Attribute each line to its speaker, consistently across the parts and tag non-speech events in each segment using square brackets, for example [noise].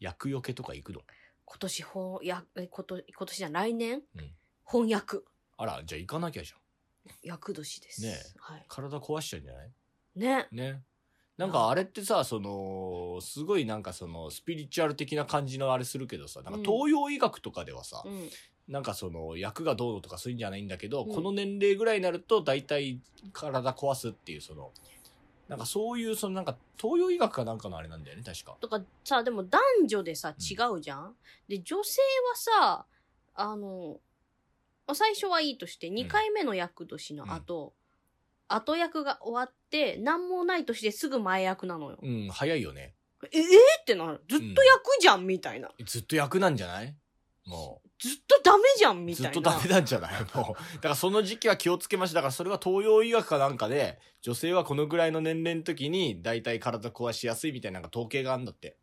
Speaker 1: 厄除けとか行くの
Speaker 2: 今年本、や、え、こと、今年じゃない来年、
Speaker 1: うん
Speaker 2: 翻訳。
Speaker 1: あら、じゃあ行かなきゃじゃん。
Speaker 2: 厄年です。
Speaker 1: ね
Speaker 2: はい。
Speaker 1: 体壊しちゃうんじゃない
Speaker 2: ね。
Speaker 1: ね。なんかあれってさ、その、すごいなんかその、スピリチュアル的な感じのあれするけどさ、なんか
Speaker 2: うん
Speaker 1: 東洋医学とかではさ、
Speaker 2: うん。
Speaker 1: なんかその、役がどうのとかそういうんじゃないんだけど、
Speaker 2: うん
Speaker 1: この年齢ぐらいになると大体体壊すっていうその、なんかそういうそのなんか東洋医学かなんかのあれなんだよね、確か。
Speaker 2: とかさ、でも男女でさ、違うじゃん、で、女性はさ、あの、まあ最初はいいとして、2回目の役年の後、後役が終わって、なんもない年ですぐ前役なのよ。
Speaker 1: うん、早いよね。
Speaker 2: え、えーってなる。ずっと役じゃん、みたいな。
Speaker 1: ずっと役なんじゃないも
Speaker 2: ずっとダメじゃん、
Speaker 1: う、
Speaker 2: みたい
Speaker 1: ず
Speaker 2: な。
Speaker 1: っとダメなんじゃないもう。だからその時期は気をつけました。だからそれは東洋医学かなんかで、女性はこのぐらいの年齢の時に大体体壊しやすいみたいななんか統計があるんだって。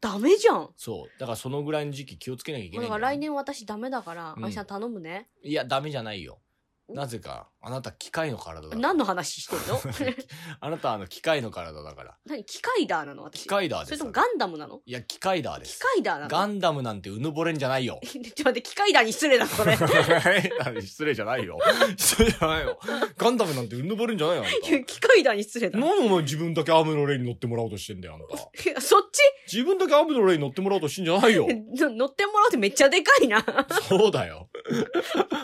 Speaker 2: ダメじゃん。
Speaker 1: そう。だからそのぐらいの時期気をつけなきゃいけ
Speaker 2: だ
Speaker 1: ないん
Speaker 2: か
Speaker 1: だ
Speaker 2: ら
Speaker 1: よ
Speaker 2: 来年私ダメだから、
Speaker 1: うん
Speaker 2: あいさん頼むね。
Speaker 1: いや、ダメじゃないよ。
Speaker 2: お
Speaker 1: なぜか、あなた機械の体だから。
Speaker 2: 何の話してん
Speaker 1: [laughs]
Speaker 2: の
Speaker 1: あなたあの機械の体だから。
Speaker 2: 何機械ダーなの私。
Speaker 1: 機械だー
Speaker 2: そ
Speaker 1: で
Speaker 2: れ
Speaker 1: す
Speaker 2: と。もガンダムなの
Speaker 1: いや、機械だーで
Speaker 2: 機
Speaker 1: す。
Speaker 2: 械ダーなの。
Speaker 1: ガンダムなんてうぬぼれんじゃないよ
Speaker 2: [laughs] ちょっと待って、機械だに失礼だ、
Speaker 1: [laughs]
Speaker 2: それ。
Speaker 1: 失礼じゃないよ。失礼じゃないよ。ガンダムなんてうぬぼれんじゃないよ、あん
Speaker 2: いや機械だに失礼
Speaker 1: た。
Speaker 2: だ。
Speaker 1: 何お前自分だけ雨の霊に乗ってもらおうとしてんだよ、あんた。
Speaker 2: いやそっち
Speaker 1: 自分だけ雨の霊に乗ってもらおうとしてんじゃ
Speaker 2: [laughs]
Speaker 1: ないよ。
Speaker 2: の乗ってもらうってめっちゃでかいな。
Speaker 1: そうだよ。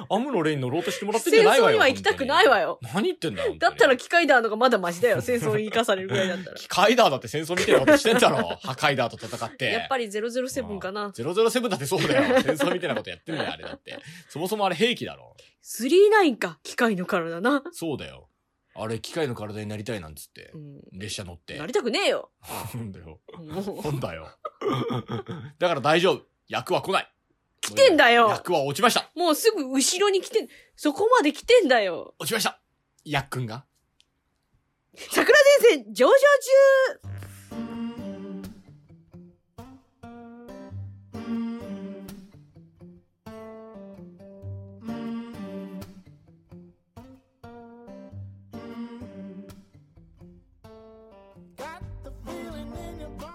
Speaker 1: 雨の霊に乗ろうとしてもらってんじ
Speaker 2: 戦
Speaker 1: ゃないわ
Speaker 2: 争に [laughs]
Speaker 1: よ。
Speaker 2: は行きたくないわ
Speaker 1: よ。
Speaker 2: よ。
Speaker 1: 何言ってんだよ。本当
Speaker 2: だ
Speaker 1: に
Speaker 2: ったら機械だのがまだマシだよ。戦争に生かされるぐらいだ
Speaker 1: [laughs]
Speaker 2: ったら。
Speaker 1: 機械だーだって戦争みたいなことしてんだろ。破壊だーと戦って。
Speaker 2: やっぱり007かな。
Speaker 1: 007だってそうだ
Speaker 2: [laughs]
Speaker 1: よ。戦争みたいなことやってんだよ、あれだって。そもそもあれ兵器だろ。
Speaker 2: 39か。機械の体な。
Speaker 1: そうだよ。あれ、機械の体になりたいなんつって
Speaker 2: う。ん。
Speaker 1: 列車乗って。
Speaker 2: なりたくね
Speaker 1: [laughs]
Speaker 2: えよ。
Speaker 1: なんだよ。
Speaker 2: もう。
Speaker 1: なんだよ。だから大丈夫。役は来ない。来
Speaker 2: てんだよ
Speaker 1: 役は落ちました。
Speaker 2: もうすぐ後ろに来て、そこまで来てんだよ。
Speaker 1: 落ちました。ヤックンが。
Speaker 2: 桜前線上昇中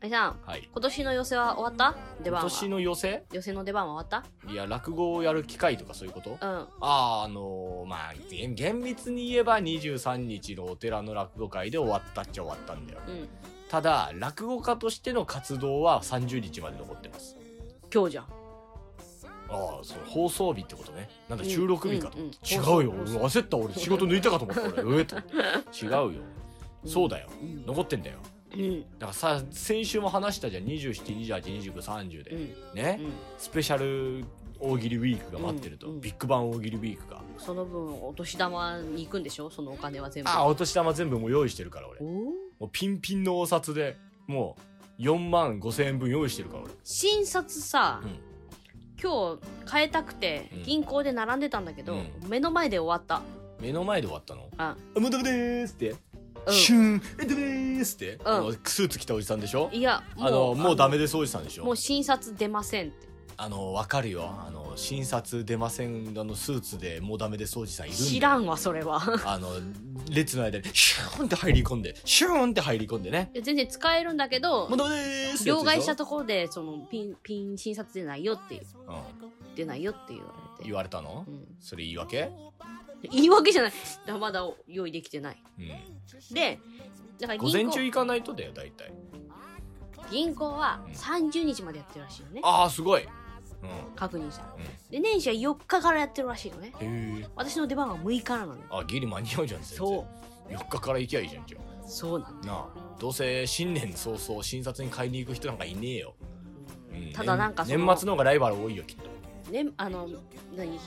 Speaker 2: 愛さん、
Speaker 1: はい。
Speaker 2: 今年の寄せは終わった出
Speaker 1: 今
Speaker 2: 番は。
Speaker 1: 年の寄せ
Speaker 2: 寄せの出番は終わっ
Speaker 1: いや、落語をやる機会とかそういうこと
Speaker 2: たうん。
Speaker 1: あー、あのー、まあ、厳厳密に言えば23日のお寺の落語会で終わったっちゃ終わったんだよ。
Speaker 2: うん。
Speaker 1: ただ落語家としての活動は30日まで残ってます
Speaker 2: 今日じゃん。
Speaker 1: ああそう放送日ってことねなんだ収録日かと、
Speaker 2: うんうん
Speaker 1: 違うよ
Speaker 2: 放送
Speaker 1: 俺焦った俺仕事抜いたかと思った俺えっと違うよそうだよ
Speaker 2: うん。
Speaker 1: 残ってんだよ
Speaker 2: うん。
Speaker 1: だからさ先週も話したじゃん27282930で、
Speaker 2: うん。
Speaker 1: ね、
Speaker 2: うん。
Speaker 1: スペシャル大喜利ウィークが待ってると、
Speaker 2: うんうん
Speaker 1: ビッグバン大喜利ウィークが
Speaker 2: その分お年玉に行くんでしょそのお金は全部
Speaker 1: ああお年玉全部もう用意してるから俺
Speaker 2: お
Speaker 1: も
Speaker 2: ー
Speaker 1: うピンピンのお札でもう4万5千円分用意してるから俺
Speaker 2: 新札さ、
Speaker 1: うん
Speaker 2: 今日変えたくて
Speaker 1: うん
Speaker 2: 銀行で並んでたんだけど、
Speaker 1: う
Speaker 2: 目の前で終わった
Speaker 1: 目の前で終わったの
Speaker 2: あ
Speaker 1: あもうダメでーすって、
Speaker 2: うん
Speaker 1: シューンえダメでーすって、あのスーツ着たおじさんでしょ
Speaker 2: いやもう
Speaker 1: あのもうダメ
Speaker 2: で
Speaker 1: ですおじさんでし
Speaker 2: も
Speaker 1: ょ
Speaker 2: う新札出ませんって
Speaker 1: あのわかるよあの診察出ませんあのスーツでもうダメですおじさんいるんだよ
Speaker 2: 知らんわそ
Speaker 1: [laughs]
Speaker 2: れは
Speaker 1: あの列の間にシューンって入り込んでシューンって入り込んでね
Speaker 2: いや全然使えるんだけど
Speaker 1: もうダメでーすってやつ
Speaker 2: 両
Speaker 1: でしょ
Speaker 2: 替したところでそのピンピン新札出ないよっていう
Speaker 1: うん、
Speaker 2: 出ないよって言われて
Speaker 1: 言われたの、
Speaker 2: うん
Speaker 1: それ言い訳
Speaker 2: で言い訳じゃないだまだ用意できてない
Speaker 1: うん
Speaker 2: でだから
Speaker 1: 午前
Speaker 2: 銀
Speaker 1: 中
Speaker 2: 行
Speaker 1: 行かないとだよ大体
Speaker 2: 銀行は
Speaker 1: うん
Speaker 2: 30日までやってるらしいよね
Speaker 1: ああすごいうん
Speaker 2: 確認したら
Speaker 1: うん
Speaker 2: で年始は4日からやってるらしいのね
Speaker 1: へえ
Speaker 2: 私の出番は6日からなのよ
Speaker 1: あギリ間に合うじゃん全然
Speaker 2: そう
Speaker 1: 4日から行きゃいいじゃんじゃあ
Speaker 2: そうなんだ
Speaker 1: なあどうせ新年早々診察に買いに行く人なんかいねえよ、うん
Speaker 2: ただなんかそ
Speaker 1: 年
Speaker 2: の
Speaker 1: 年末の方がライバル多いよきっと
Speaker 2: ねあの何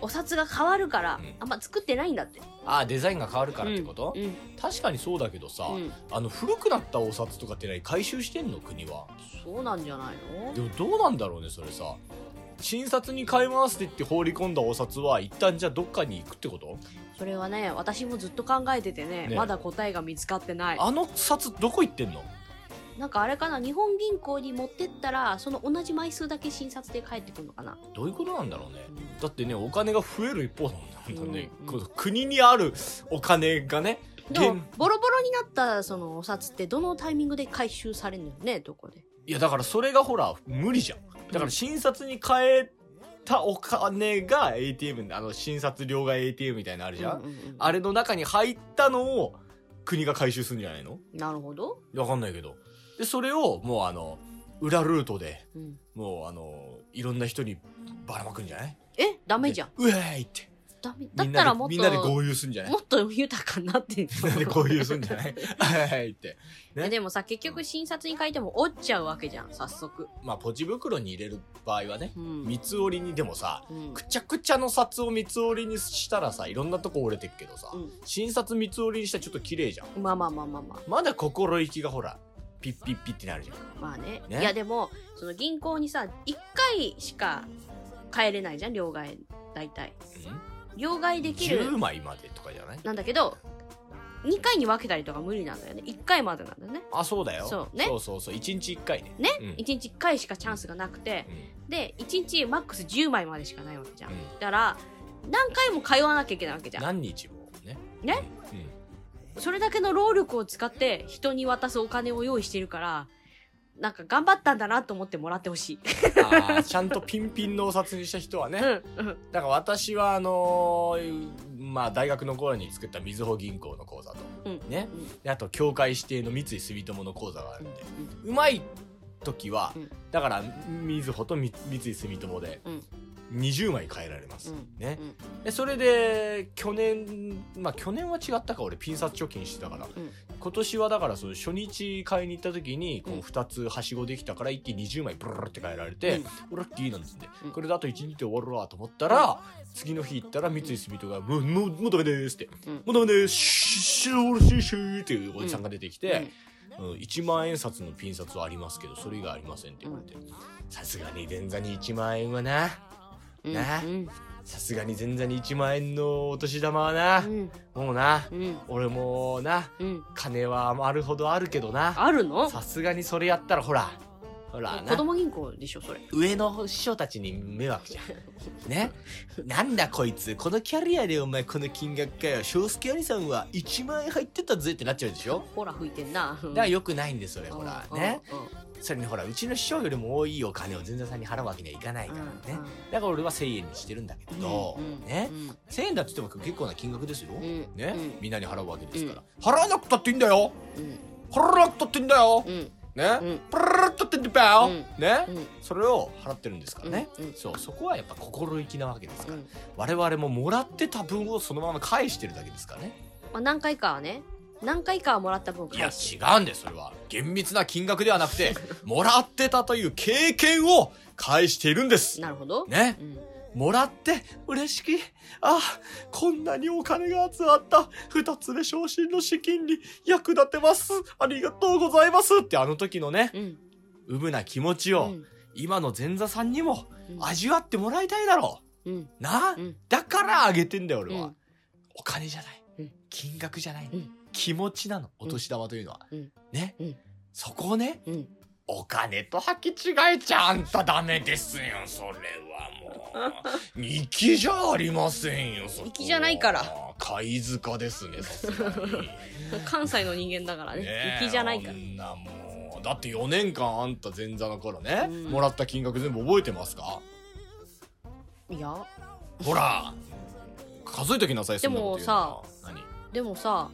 Speaker 2: お札が変わるから、
Speaker 1: うん
Speaker 2: あんま作ってないんだって
Speaker 1: ああデザインが変わるからってこと、
Speaker 2: うんうん
Speaker 1: 確かにそうだけどさ、
Speaker 2: うん
Speaker 1: あの古くなったお札とかってない回収してんの国は
Speaker 2: そうなんじゃないの
Speaker 1: でもどうなんだろうねそれさ診察に買いますって言って放り込んだお札は一旦じゃあどっかに行くってこと
Speaker 2: それはね私もずっと考えててね
Speaker 1: ね
Speaker 2: まだ答えが見つかってない
Speaker 1: あの札どこ行ってんの
Speaker 2: なんかあれかな日本銀行に持ってったらその同じ枚数だけ診察で返ってくるのかな、
Speaker 1: どういうことなんだろうね
Speaker 2: うん
Speaker 1: だってねお金が増える一方なんだね、
Speaker 2: うん
Speaker 1: この国にあるお金がね
Speaker 2: でも
Speaker 1: 現
Speaker 2: ボロボロになったそのお札ってどのタイミングで回収されるのよねどこで
Speaker 1: いやだからそれがほら無理じゃんだから新札に変えたお金が ATM あの新札両替 ATM みたいなのあるじゃん、
Speaker 2: うんうんうん
Speaker 1: あれの中に入ったのを国が回収するんじゃないの
Speaker 2: なるほど、
Speaker 1: わかんないけどでそれをもうあの裏ルートで
Speaker 2: うん、
Speaker 1: もうあのいろんな人にばらまくんじゃない
Speaker 2: えダメじゃん
Speaker 1: でうえーいって
Speaker 2: ダメだったらもっ
Speaker 1: みんなでみんなで
Speaker 2: と
Speaker 1: 合流すんじゃない
Speaker 2: もっと豊かになって
Speaker 1: みんなで合流すんじ
Speaker 2: [laughs]
Speaker 1: ゃない [laughs] はいはいってね
Speaker 2: でもさ結局診察に書いても折っちゃうわけじゃん早速、
Speaker 1: まあポチ袋に入れる場合はね
Speaker 2: うん
Speaker 1: 三つ折りにでもさ
Speaker 2: うん
Speaker 1: くちゃくちゃの札を三つ折りにしたらさいろんなとこ折れてっけどさ、
Speaker 2: うん
Speaker 1: 新札三つ折りにしたらちょっと綺麗じゃん
Speaker 2: まあまあまあまあま
Speaker 1: まだ心意気がほらピッピッピッってなるじゃん
Speaker 2: あまあね
Speaker 1: ね
Speaker 2: いやでもその銀行にさ1回しか帰れないじゃん両替大体両替でき
Speaker 1: 10
Speaker 2: る
Speaker 1: 枚までとかじゃない
Speaker 2: なんだけど2回に分けたりとか無理なんだよね1回までなんだよね
Speaker 1: あそうだよ
Speaker 2: そうね
Speaker 1: そうそうそう1日1回ね
Speaker 2: ね
Speaker 1: うん
Speaker 2: 1日1回しかチャンスがなくてで1日マックス10枚までしかないわけじゃん、
Speaker 1: うん
Speaker 2: だから何回も通わなきゃいけないわけじ
Speaker 1: うん
Speaker 2: ゃん
Speaker 1: 何日もね
Speaker 2: ね
Speaker 1: うん
Speaker 2: それだけの労力を使って人に渡すお金を用意してるからなんか頑張ったんだなと思ってもらってほしい
Speaker 1: あーちゃんとピンピンのお札にした人はね、
Speaker 2: うんうん
Speaker 1: だから私はあのーまあ大学の頃に作ったみずほ銀行の口座と、
Speaker 2: うん
Speaker 1: ね
Speaker 2: うん
Speaker 1: であと協会指定の三井住友の口座があるんで、
Speaker 2: う
Speaker 1: うまい時は、
Speaker 2: うん
Speaker 1: だからみずほとみ三井住友で
Speaker 2: うん
Speaker 1: 20枚変えられます、
Speaker 2: うん
Speaker 1: ね
Speaker 2: うん、
Speaker 1: でそれで去年まあ去年は違ったか俺ピン札貯金してたから、
Speaker 2: うん
Speaker 1: 今年はだからその初日買いに行った時にこ
Speaker 2: う
Speaker 1: うん2つはしごできたから一気に20枚ブルルルって変えられて、俺ラッキーなんですね、
Speaker 2: うん
Speaker 1: これだと1日で終わるわと思ったら、次の日行ったら三井住友が「もうもうもうダメです」って
Speaker 2: うん
Speaker 1: 「もうダメです」シュシューシューシューっていうおじさんが出てきて、
Speaker 2: うん
Speaker 1: うん、1万円札のピン札はありますけどそれ以外ありませんって言われてさすがに前座に1万円はな
Speaker 2: うん
Speaker 1: ね
Speaker 2: うん
Speaker 1: さすがに前座に1万円のお年玉はな、
Speaker 2: うん
Speaker 1: もうな
Speaker 2: うん
Speaker 1: 俺もな
Speaker 2: うん
Speaker 1: 金は余るほどあるけどな
Speaker 2: あるの
Speaker 1: さすがにそれやったらほらほら
Speaker 2: 子
Speaker 1: な
Speaker 2: 供銀行でしょそれ
Speaker 1: 上の師匠たちに迷惑じゃ
Speaker 2: [laughs]
Speaker 1: んねなんだこいつこのキャリアでお前この金額かよ翔介兄さんは1万円入ってたぜってなっちゃうでしょ
Speaker 2: ほら吹いてんな
Speaker 1: だから良くないんですそれほら
Speaker 2: うん
Speaker 1: ね
Speaker 2: うんうん
Speaker 1: それにほらうちの師匠よりも多いお金を前座さんに払うわけにはいかないからね、だから俺は1,000円にしてるんだけど、
Speaker 2: うんうん
Speaker 1: ね
Speaker 2: うん
Speaker 1: 1,000円だって言っても結構な金額ですよ、
Speaker 2: ん
Speaker 1: ね、
Speaker 2: うん
Speaker 1: みんなに払うわけですから、払わなくたっていいんだよ
Speaker 2: うん
Speaker 1: 払わなくたっていいんだよ、
Speaker 2: うんう
Speaker 1: ね
Speaker 2: ん
Speaker 1: プルルルっとってんだよ、
Speaker 2: うん
Speaker 1: ね、
Speaker 2: うん
Speaker 1: それを払ってるんですからね、
Speaker 2: うんうん
Speaker 1: そうそこはやっぱ心意気なわけですか
Speaker 2: う
Speaker 1: ら、
Speaker 2: ん
Speaker 1: 我々ももらってた分をそのまま返してるだけですからね
Speaker 2: まあ何回かはね何回かはもらった分
Speaker 1: いや
Speaker 2: 返す
Speaker 1: 違うんですそれは厳密な金額ではなくてもらってたという経験を返しているんです
Speaker 2: なるほど
Speaker 1: ね
Speaker 2: うん
Speaker 1: もらって嬉しきあこんなにお金が集まった二つ目昇進の資金に役立てますありがとうございますってあの時のね
Speaker 2: うん
Speaker 1: うぶな気持ち
Speaker 2: う
Speaker 1: を、
Speaker 2: ん
Speaker 1: 今の前座さんにも
Speaker 2: うん
Speaker 1: 味わってもらいたいだろ
Speaker 2: うん
Speaker 1: うな、
Speaker 2: うん
Speaker 1: だからあげてんだよ俺は、
Speaker 2: うん
Speaker 1: お金じゃない、
Speaker 2: うん
Speaker 1: 金額じゃない、
Speaker 2: うん
Speaker 1: 気持ちなのお年玉というのは、
Speaker 2: うん
Speaker 1: ね、
Speaker 2: うん
Speaker 1: そこをね
Speaker 2: うん
Speaker 1: お金と履き違えちゃあんたダメですよそれはも
Speaker 2: [laughs]
Speaker 1: う粋じゃありませんよそこは
Speaker 2: 粋じゃないから
Speaker 1: 貝塚ですねさすがに
Speaker 2: 関西の人間だからね粋じゃないから
Speaker 1: らあんなもうだって4年間あんた前座の頃ね、
Speaker 2: うん
Speaker 1: もらった金額全部覚えてますか
Speaker 2: いや
Speaker 1: ほら数えときなさいそんなこと言うなら何
Speaker 2: でもさ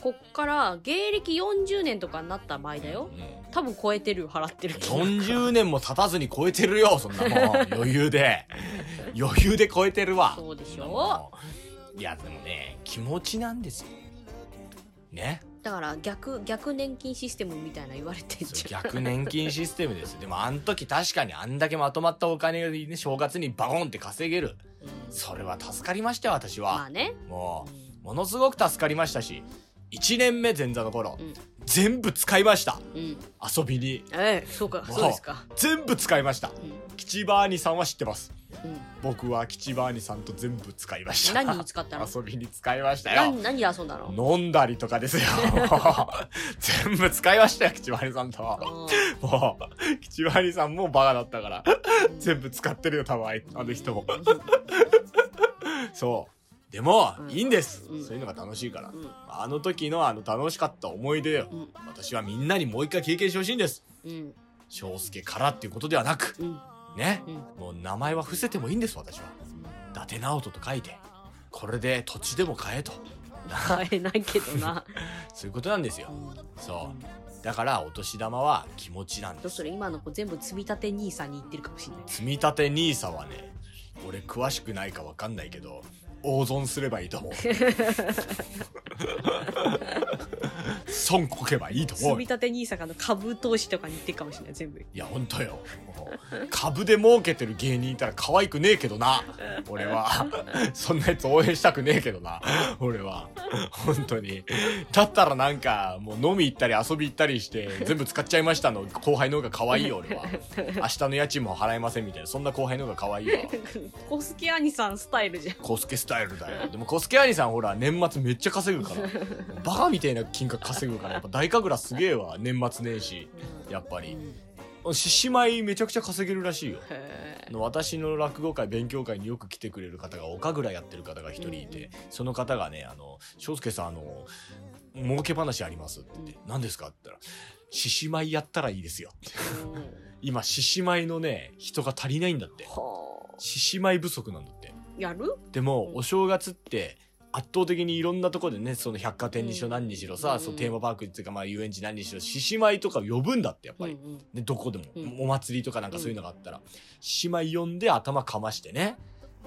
Speaker 2: こっから芸歴40年とかになった場合だよ
Speaker 1: うん
Speaker 2: 多分超えてる払ってる気が
Speaker 1: 40年も経たずに超えてるよそんなもん余裕で余裕で超えてるわ
Speaker 2: そうでし
Speaker 1: そん
Speaker 2: ょ
Speaker 1: なもんいやでもね気持ちなんですよね
Speaker 2: だから逆逆年金システムみたいな言われてん
Speaker 1: そう
Speaker 2: じゃん
Speaker 1: 逆年金システムです
Speaker 2: [laughs]
Speaker 1: よでもあの時確かにあんだけまとまったお金で、ね、正月にバコンって稼げる
Speaker 2: うん
Speaker 1: それは助かりましたよ私
Speaker 2: ま
Speaker 1: は
Speaker 2: あね
Speaker 1: もうものすごく助かりましたし1年目前座の頃、
Speaker 2: うん
Speaker 1: 全部使いました
Speaker 2: うんうん
Speaker 1: 遊びに
Speaker 2: ええそうか
Speaker 1: もう
Speaker 2: そうですか
Speaker 1: 全部使いました
Speaker 2: うん
Speaker 1: 吉バーニさんは知ってます
Speaker 2: うん
Speaker 1: 僕は吉バーニさんと全部使いました
Speaker 2: 何に使った
Speaker 1: [laughs]
Speaker 2: の
Speaker 1: 遊びに使いましたよ
Speaker 2: 何何で遊んだの
Speaker 1: 飲んだりとかですよ [laughs] 全部使いましたよ吉バーニさんと
Speaker 2: あ
Speaker 1: もう吉バーニさんもバカだったから
Speaker 2: ー
Speaker 1: 全部使ってるよ多分あいあの人も
Speaker 2: うん
Speaker 1: そうでも、
Speaker 2: うん
Speaker 1: いいんです、
Speaker 2: うん
Speaker 1: そういうのが楽しいから
Speaker 2: う。ん
Speaker 1: あの時のあの楽しかった思い出を、
Speaker 2: うん
Speaker 1: 私はみんなにもう一回経験してほしいんです。
Speaker 2: うん
Speaker 1: 翔介からっていうことではなく、 [laughs]
Speaker 2: うん
Speaker 1: ね。
Speaker 2: うん
Speaker 1: もう名前は伏せてもいいんです、私は。伊達直人と書いて、これで土地でも買えと。
Speaker 2: 買えないけどな
Speaker 1: そういうことなんですよ。そう。だから、お年玉は気持ちなん
Speaker 2: どう
Speaker 1: です
Speaker 2: る今の子全部積み立て兄さんに言ってるかもしれない
Speaker 1: 積み立て NISA はね俺詳しくないかわかんないけど大損すればいい
Speaker 2: [laughs]
Speaker 1: と思う損こけばいいと
Speaker 2: 積
Speaker 1: 思う
Speaker 2: み
Speaker 1: い
Speaker 2: 立て兄さんがあの株投資とかに言ってるかもしれない全部
Speaker 1: やほんとよもう株で儲けてる芸人いたら可愛くねえけどな俺はそんなやつ応援したくねえけどな俺は本当にだったらなんかもう飲み行ったり遊び行ったりして全部使っちゃいましたの後輩の方が可愛いよ俺は明日の家賃も払えませんみたいなそんな後輩の方が可愛いわ
Speaker 2: コスケ兄さんスタイルじゃん
Speaker 1: コスケスタイルだよでもコスケ兄さんほら年末めっちゃ稼ぐからバカみたいな金額稼ぐからやっぱ大神楽すげえわ年末年始やっぱり獅子舞めちゃくちゃ稼げるらしいよ
Speaker 2: へ
Speaker 1: の私の落語会勉強会によく来てくれる方が岡倉やってる方が一人いて、その方がね「あの翔介さんあの儲け話あります」って言って「何ですか?」って言ったら「獅子舞やったらいいですよ」って今獅子舞のね人が足りないんだって
Speaker 2: はあ
Speaker 1: 獅子舞不足なんだって
Speaker 2: やる
Speaker 1: でも、
Speaker 2: うん
Speaker 1: お正月って圧倒的にいろんなところでねその百貨店にしろ何にしろさ、
Speaker 2: うん
Speaker 1: そうテーマパークっていうか、まあ、遊園地何にしろ獅子舞とか呼ぶんだってやっぱり、
Speaker 2: うん
Speaker 1: でどこでも、
Speaker 2: うん
Speaker 1: お祭りとかなんかそういうのがあったら獅子舞呼んで頭かましてね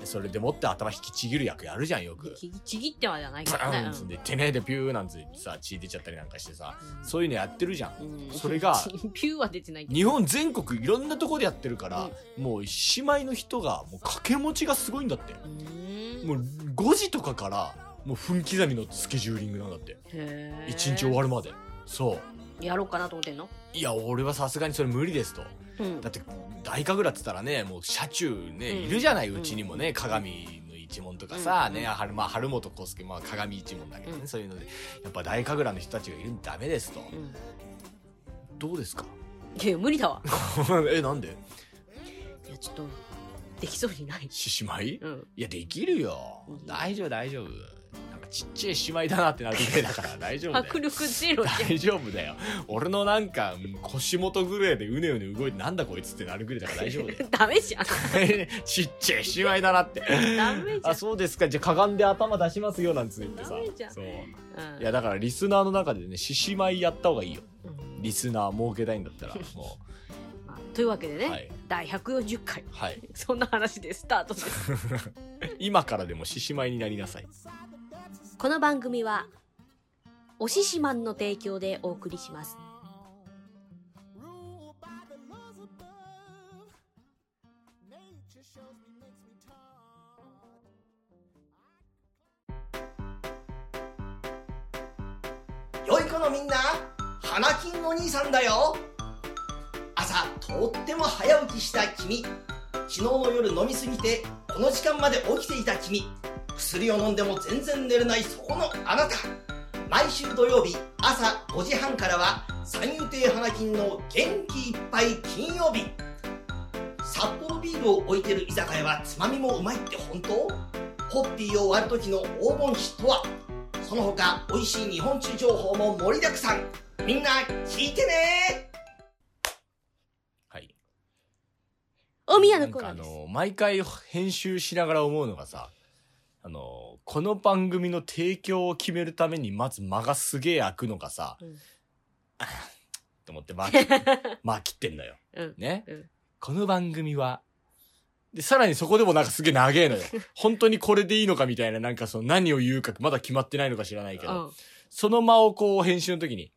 Speaker 1: でそれでもって頭引きちぎる役やるじゃんよ
Speaker 2: うん
Speaker 1: く。
Speaker 2: ちぎちぎってはじゃないけ
Speaker 1: バ
Speaker 2: どね
Speaker 1: [laughs] ーンつんで手ねでピューなんつってさ血出ちゃったりなんかしてさ
Speaker 2: うん
Speaker 1: そういうのやってるじゃん。
Speaker 2: うん
Speaker 1: それが
Speaker 2: ピューは出てないけど
Speaker 1: 日本全国いろんなとこでやってるから、もう獅子舞の人がもう掛け持ちがすごいんだって。
Speaker 2: うーん
Speaker 1: もう5時とかからもう分刻みのスケジューリングなんだって
Speaker 2: へえ
Speaker 1: 一日終わるまでそう
Speaker 2: やろうかなと思ってんの
Speaker 1: いや俺はさすがにそれ無理ですと
Speaker 2: うん
Speaker 1: だって大神楽っつったらねもう車中ねいるじゃないうちにもね鏡の一門とかさ
Speaker 2: うん
Speaker 1: ね春まあ春本康介まあ鏡一門だけど
Speaker 2: う
Speaker 1: ね
Speaker 2: ん
Speaker 1: そういうのでやっぱ大神楽の人たちがいるんでダメですと
Speaker 2: うん
Speaker 1: どうですか [laughs]
Speaker 2: いやいや無理だわ
Speaker 1: えなんで
Speaker 2: いやちょっとできそうにない
Speaker 1: 獅子舞
Speaker 2: うん
Speaker 1: いやできるよ
Speaker 2: うん
Speaker 1: 大丈夫大丈夫なんかちっちゃい姉妹だなってなるぐらいだ
Speaker 2: [laughs]
Speaker 1: から大丈夫だよ
Speaker 2: 迫力ゼロじゃん
Speaker 1: 大丈夫だよ俺のなんかうん腰元ぐらいでうねうね動いてなんだこいつってなるぐらいだから大丈夫だよ
Speaker 2: [laughs] ダメじゃん [laughs]
Speaker 1: [laughs] ちっちゃい芝居だなって
Speaker 2: ダメじゃん
Speaker 1: あそうですかじゃあかがんで頭出しますよなんつって言ってさ
Speaker 2: ダメじゃん
Speaker 1: そう
Speaker 2: うん
Speaker 1: いやだからリスナーの中でね獅子舞やった方がいいよ
Speaker 2: うん
Speaker 1: リスナー儲けたいんだ
Speaker 2: [laughs]
Speaker 1: ったらも
Speaker 2: まあというわけで
Speaker 1: う
Speaker 2: ね、
Speaker 1: はい、
Speaker 2: 第140回
Speaker 1: はい、
Speaker 2: そんな話でスタートです
Speaker 1: 今からでも獅子舞になりなさい
Speaker 2: この番組はおししまんの提供でお送りします
Speaker 3: 良い子のみんな花金お兄さんだよ朝とっても早起きした君昨日の夜飲みすぎてこの時間まで起きていた君薬を飲んでも全然寝れないそこのあなた毎週土曜日朝5時半からは三遊亭花金の元気いっぱい金曜日札幌ビールを置いてる居酒屋はつまみもうまいって本当ホッピーを割る時の黄金比とはその他美味しい日本酒情報も盛りだくさんみんな聞いてね
Speaker 1: はい
Speaker 2: おみやのコーナー
Speaker 1: な
Speaker 2: で
Speaker 1: ん
Speaker 2: す
Speaker 1: かあの毎回編集しながら思うのがさあのこの番組の提供を決めるためにまず間がすげえ開くのがさ、
Speaker 2: うん
Speaker 1: [laughs] と思って間切間切ってんのよ。
Speaker 2: うん
Speaker 1: ね、
Speaker 2: うん
Speaker 1: この番組はでさらにそこでもなんかすげえ長
Speaker 2: [laughs]
Speaker 1: えのよ本当にこれでいいのかみたいななんかその何を言うかまだ決まってないのか知らないけど、その間をこう編集の時に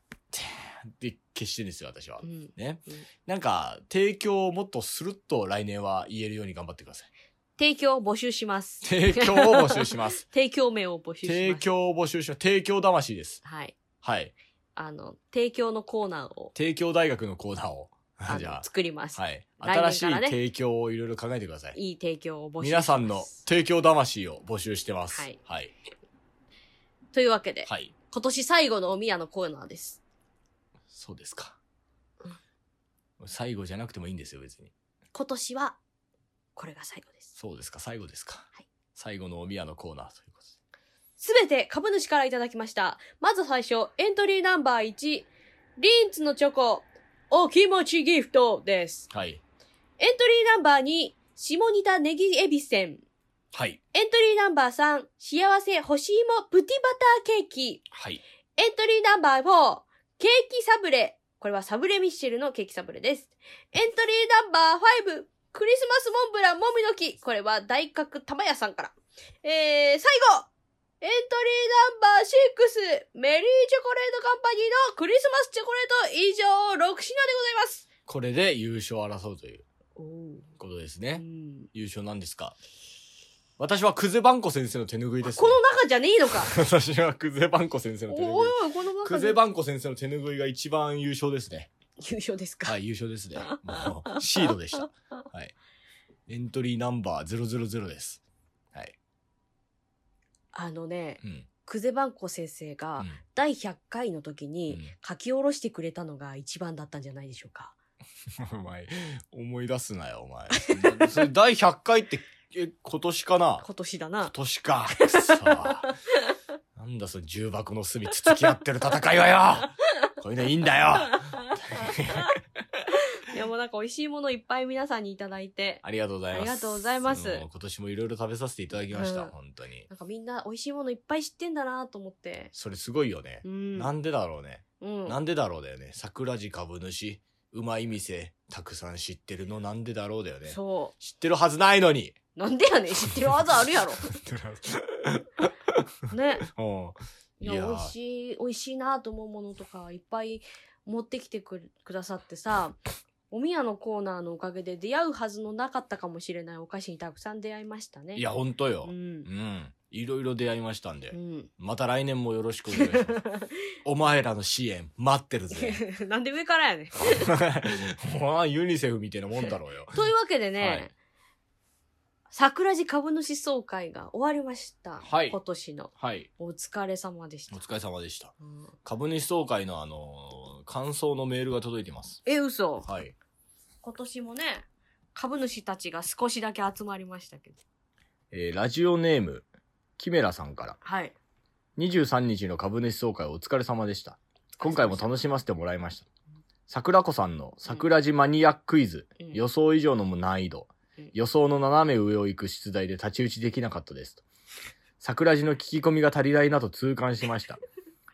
Speaker 1: 「って消してんですよ私は
Speaker 2: う。ん
Speaker 1: ね、
Speaker 2: うん
Speaker 1: なんか提供をもっとスルッと来年は言えるように頑張ってくだ
Speaker 2: [laughs]
Speaker 1: さい
Speaker 2: 提供を募集します
Speaker 1: 提供を募集します
Speaker 2: [laughs] 提供名を募集します
Speaker 1: 提供を募集します提供魂です
Speaker 2: はい
Speaker 1: はい
Speaker 2: あの提供のコーナーを
Speaker 1: 帝京大学のコーナーを [laughs]
Speaker 2: あ
Speaker 1: じゃ
Speaker 2: の作ります、
Speaker 1: あはい
Speaker 2: 来年か
Speaker 1: 新
Speaker 2: ら
Speaker 1: しい
Speaker 2: ね
Speaker 1: 提供をいろいろ考えてください
Speaker 2: い、い提供を募集しま
Speaker 1: 皆
Speaker 2: す
Speaker 1: さんの提供魂を募集してます
Speaker 2: はい
Speaker 1: はい、
Speaker 2: というわけで、
Speaker 1: はい
Speaker 2: 今年最後のおみやのコーナーです
Speaker 1: そうですか最後じゃなくてもいいんですよ別に
Speaker 2: 今年はこれが最後です
Speaker 1: そうですか最後ですか最後のおみやのコーナーということです
Speaker 2: べて株主からいただきました。まず最初、エントリーナンバー1、リンツのチョコ、お気持ちギフトです。
Speaker 1: とで。はい。
Speaker 2: エントリーナンバー2、下仁田ネギエビセン。
Speaker 1: はい。
Speaker 2: エントリーナンバー3、幸せ干し芋プティバターケーキ。
Speaker 1: はい。
Speaker 2: エントリーナンバー4、ケーキサブレ。これはサブレミッシェルのケーキサブレです。エントリーナンバー5、クリスマスモンブランもみの木。これは大角玉屋さんから。えー、最後エントリーナンバー6、メリーチョコレートカンパニーのクリスマスチョコレート以上6品でございます。
Speaker 1: これで優勝を争うということですね。
Speaker 2: うん
Speaker 1: 優勝なんですか私はクゼバンコ先生の手拭いです、
Speaker 2: こ
Speaker 1: ね。
Speaker 2: の中じゃねえのか。
Speaker 1: [laughs] 私はクゼバンコ先生の手
Speaker 2: お
Speaker 1: 拭
Speaker 2: い
Speaker 1: い。
Speaker 2: おい、この中
Speaker 1: ク
Speaker 2: で
Speaker 1: ゼバンコ先生の手拭いが一番優勝ですね。
Speaker 2: 優勝ですか。
Speaker 1: はい、優勝ですね。もう、シードで
Speaker 2: [laughs]
Speaker 1: した。はい。エントリーナンバー000です。
Speaker 2: あのね、
Speaker 1: うん。
Speaker 2: クゼバンコ先生が、
Speaker 1: うん
Speaker 2: 第100回の時
Speaker 1: う
Speaker 2: に
Speaker 1: ん
Speaker 2: 書き下ろしてくれたのが一番だったんじゃないでしょうか。
Speaker 1: [laughs] お前、思い出すなよ、お前。それ第100回って、え、今年かな
Speaker 2: 今年だ
Speaker 1: 今
Speaker 2: な。
Speaker 1: 年か。くそ。
Speaker 2: [laughs]
Speaker 1: なんだその重箱の隅つつき合ってる戦いはよこういうのいいんだ
Speaker 2: [laughs]
Speaker 1: よ
Speaker 2: いやもうなんか美味しいものいっぱい皆さんにいただいて、
Speaker 1: ありがとうございます。
Speaker 2: ありがとうございます
Speaker 1: もう今年もいろいろ食べさせていただきました、
Speaker 2: うん
Speaker 1: 本当に。
Speaker 2: なんかみんな美味しいものいっぱい知ってんだなと思って。
Speaker 1: それすごいよね
Speaker 2: う。ん。
Speaker 1: なんでだろうね。
Speaker 2: うん。
Speaker 1: なんでだろうだよね。桜地株主、うまい店、たくさん知ってるのなんでだろうだよね。
Speaker 2: そ
Speaker 1: 知ってるはずないのに。
Speaker 2: う。なんでやねん。知ってる技ある
Speaker 1: [laughs]
Speaker 2: や [laughs] ろ。ね。
Speaker 1: うん
Speaker 2: い
Speaker 1: い
Speaker 2: や、
Speaker 1: や
Speaker 2: 美味しい、美味しいなと思うものとかいっぱい持ってきてくるくださってさ、おみやのコーナーのおかげで出会うはずのなかったかもしれないお菓子にたくさん出会いましたね。
Speaker 1: いや、、ほんとよ
Speaker 2: う。ん
Speaker 1: う。ん。いろいろ出会いましたんで
Speaker 2: う。ん。
Speaker 1: また来年もよろしくお願いします。お前らの支援、待ってる
Speaker 2: [laughs]
Speaker 1: ぜ。
Speaker 2: [laughs] なんで上からやねん。
Speaker 1: まあ、ユニセフみたいなもんだろう [laughs]
Speaker 2: [laughs]
Speaker 1: よ。
Speaker 2: というわけでね、
Speaker 1: はい
Speaker 2: 桜地株主総会が終わりました。
Speaker 1: はい
Speaker 2: 今年の。
Speaker 1: はい。
Speaker 2: お疲れ様でし
Speaker 1: お
Speaker 2: た。
Speaker 1: 疲れ様でした。
Speaker 2: うん
Speaker 1: 株主総会のあのー感想のメールが届いてます。
Speaker 2: え、嘘。
Speaker 1: はい。
Speaker 2: 今年もね、株主たちが少しだけ集まりましたけど。
Speaker 1: えーラジオネーム、キメラさんから。
Speaker 2: はい。
Speaker 1: 23日の株主総会お疲れ様でした。今回も楽しませてもらいました。桜子さんの桜地マニアッククイズ、
Speaker 2: うん
Speaker 1: 予想以上の難易度、
Speaker 2: うん
Speaker 1: 予想の斜め上を行く出題で太刀打ちできなかったです。桜地の聞き込みが足りないなと痛感しま [laughs] した。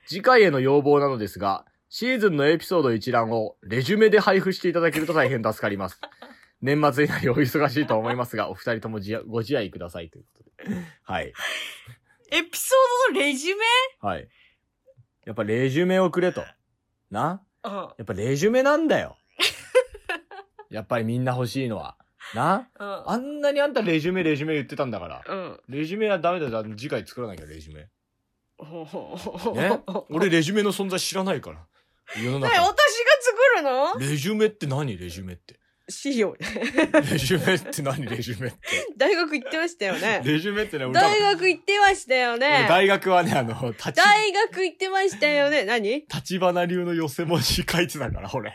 Speaker 1: 次回への要望なのですが、シーズンのエピソード一覧をレジュメで配布していただけると大変助かり [laughs] ます。年末になりお忙しいと思いますが、お二人ともじあご自愛くださいということ [laughs] で。はい。
Speaker 2: エピソードのレジュメ
Speaker 1: はい。やっぱレジュメをくれと。な
Speaker 2: うん。
Speaker 1: やっぱレジュメなんだ [laughs] よ。やっぱりみんな欲しいのは。な
Speaker 2: うん。
Speaker 1: あんなにあんたレジュメレジュメ言ってたんだから。
Speaker 2: うん。
Speaker 1: レジュメはダメだよ。次回作らなきゃレジュメ。
Speaker 2: ほほほ [laughs]
Speaker 1: ね
Speaker 2: ほ
Speaker 1: [laughs] 俺レジュメの存在知らないから。世の
Speaker 2: ね私が
Speaker 1: 中。
Speaker 2: 作るの [laughs]
Speaker 1: レジュメって何レジュメって。
Speaker 2: 資料。
Speaker 1: レジュメって何レジュメって。
Speaker 2: [laughs] 大学行ってましたよね。
Speaker 1: レジュメってね、俺多分
Speaker 2: 大学行ってましたよ
Speaker 1: 俺
Speaker 2: ね。
Speaker 1: 大学はね、あの、立ち、
Speaker 2: 大学行ってましたよね。何 [laughs]
Speaker 1: 立花流の寄せ文字書いてたから、俺。
Speaker 2: は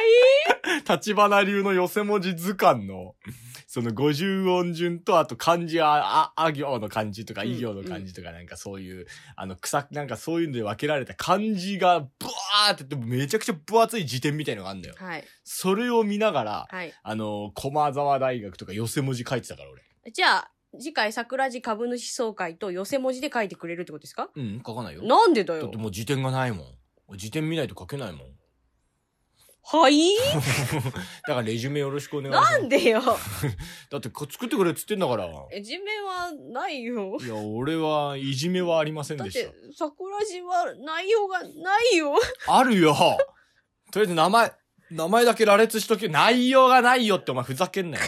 Speaker 2: い
Speaker 1: 立花流の寄せ文字図鑑の、その五十音順と、あと漢字、あ、あ、あ行の漢字とか、
Speaker 2: うん
Speaker 1: い行の漢字とか、なんかそういう、あの、草、なんかそういうので分けられた漢字が、ブワーって言って、めちゃくちゃ分厚い辞典みたいのがあるんだよ。
Speaker 2: はい。
Speaker 1: それを見ながら、
Speaker 2: はい。
Speaker 1: あの、駒沢大学とか寄せ文字書いてたから、俺。
Speaker 2: じゃあ、次回桜地株主総会と寄せ文字で書いてくれるってことですか
Speaker 1: うん、書かないよ。だ
Speaker 2: なんでだ
Speaker 1: っ
Speaker 2: よ
Speaker 1: て。もう辞典がないもん。辞典見ないと書けないもん。
Speaker 2: はい
Speaker 1: [laughs] だからレジュメよろしくお願いします。
Speaker 2: なんでよ。
Speaker 1: だってこ作ってくれっつってんだから。
Speaker 2: えじめはないよ。
Speaker 1: いや、俺はいじめはありません
Speaker 2: だっ
Speaker 1: でしてた。、
Speaker 2: 桜地は内容がないよ。
Speaker 1: あるよとりあえず名前、名前だけ羅列しとけ。内容がないよってお前ふざけんなよ。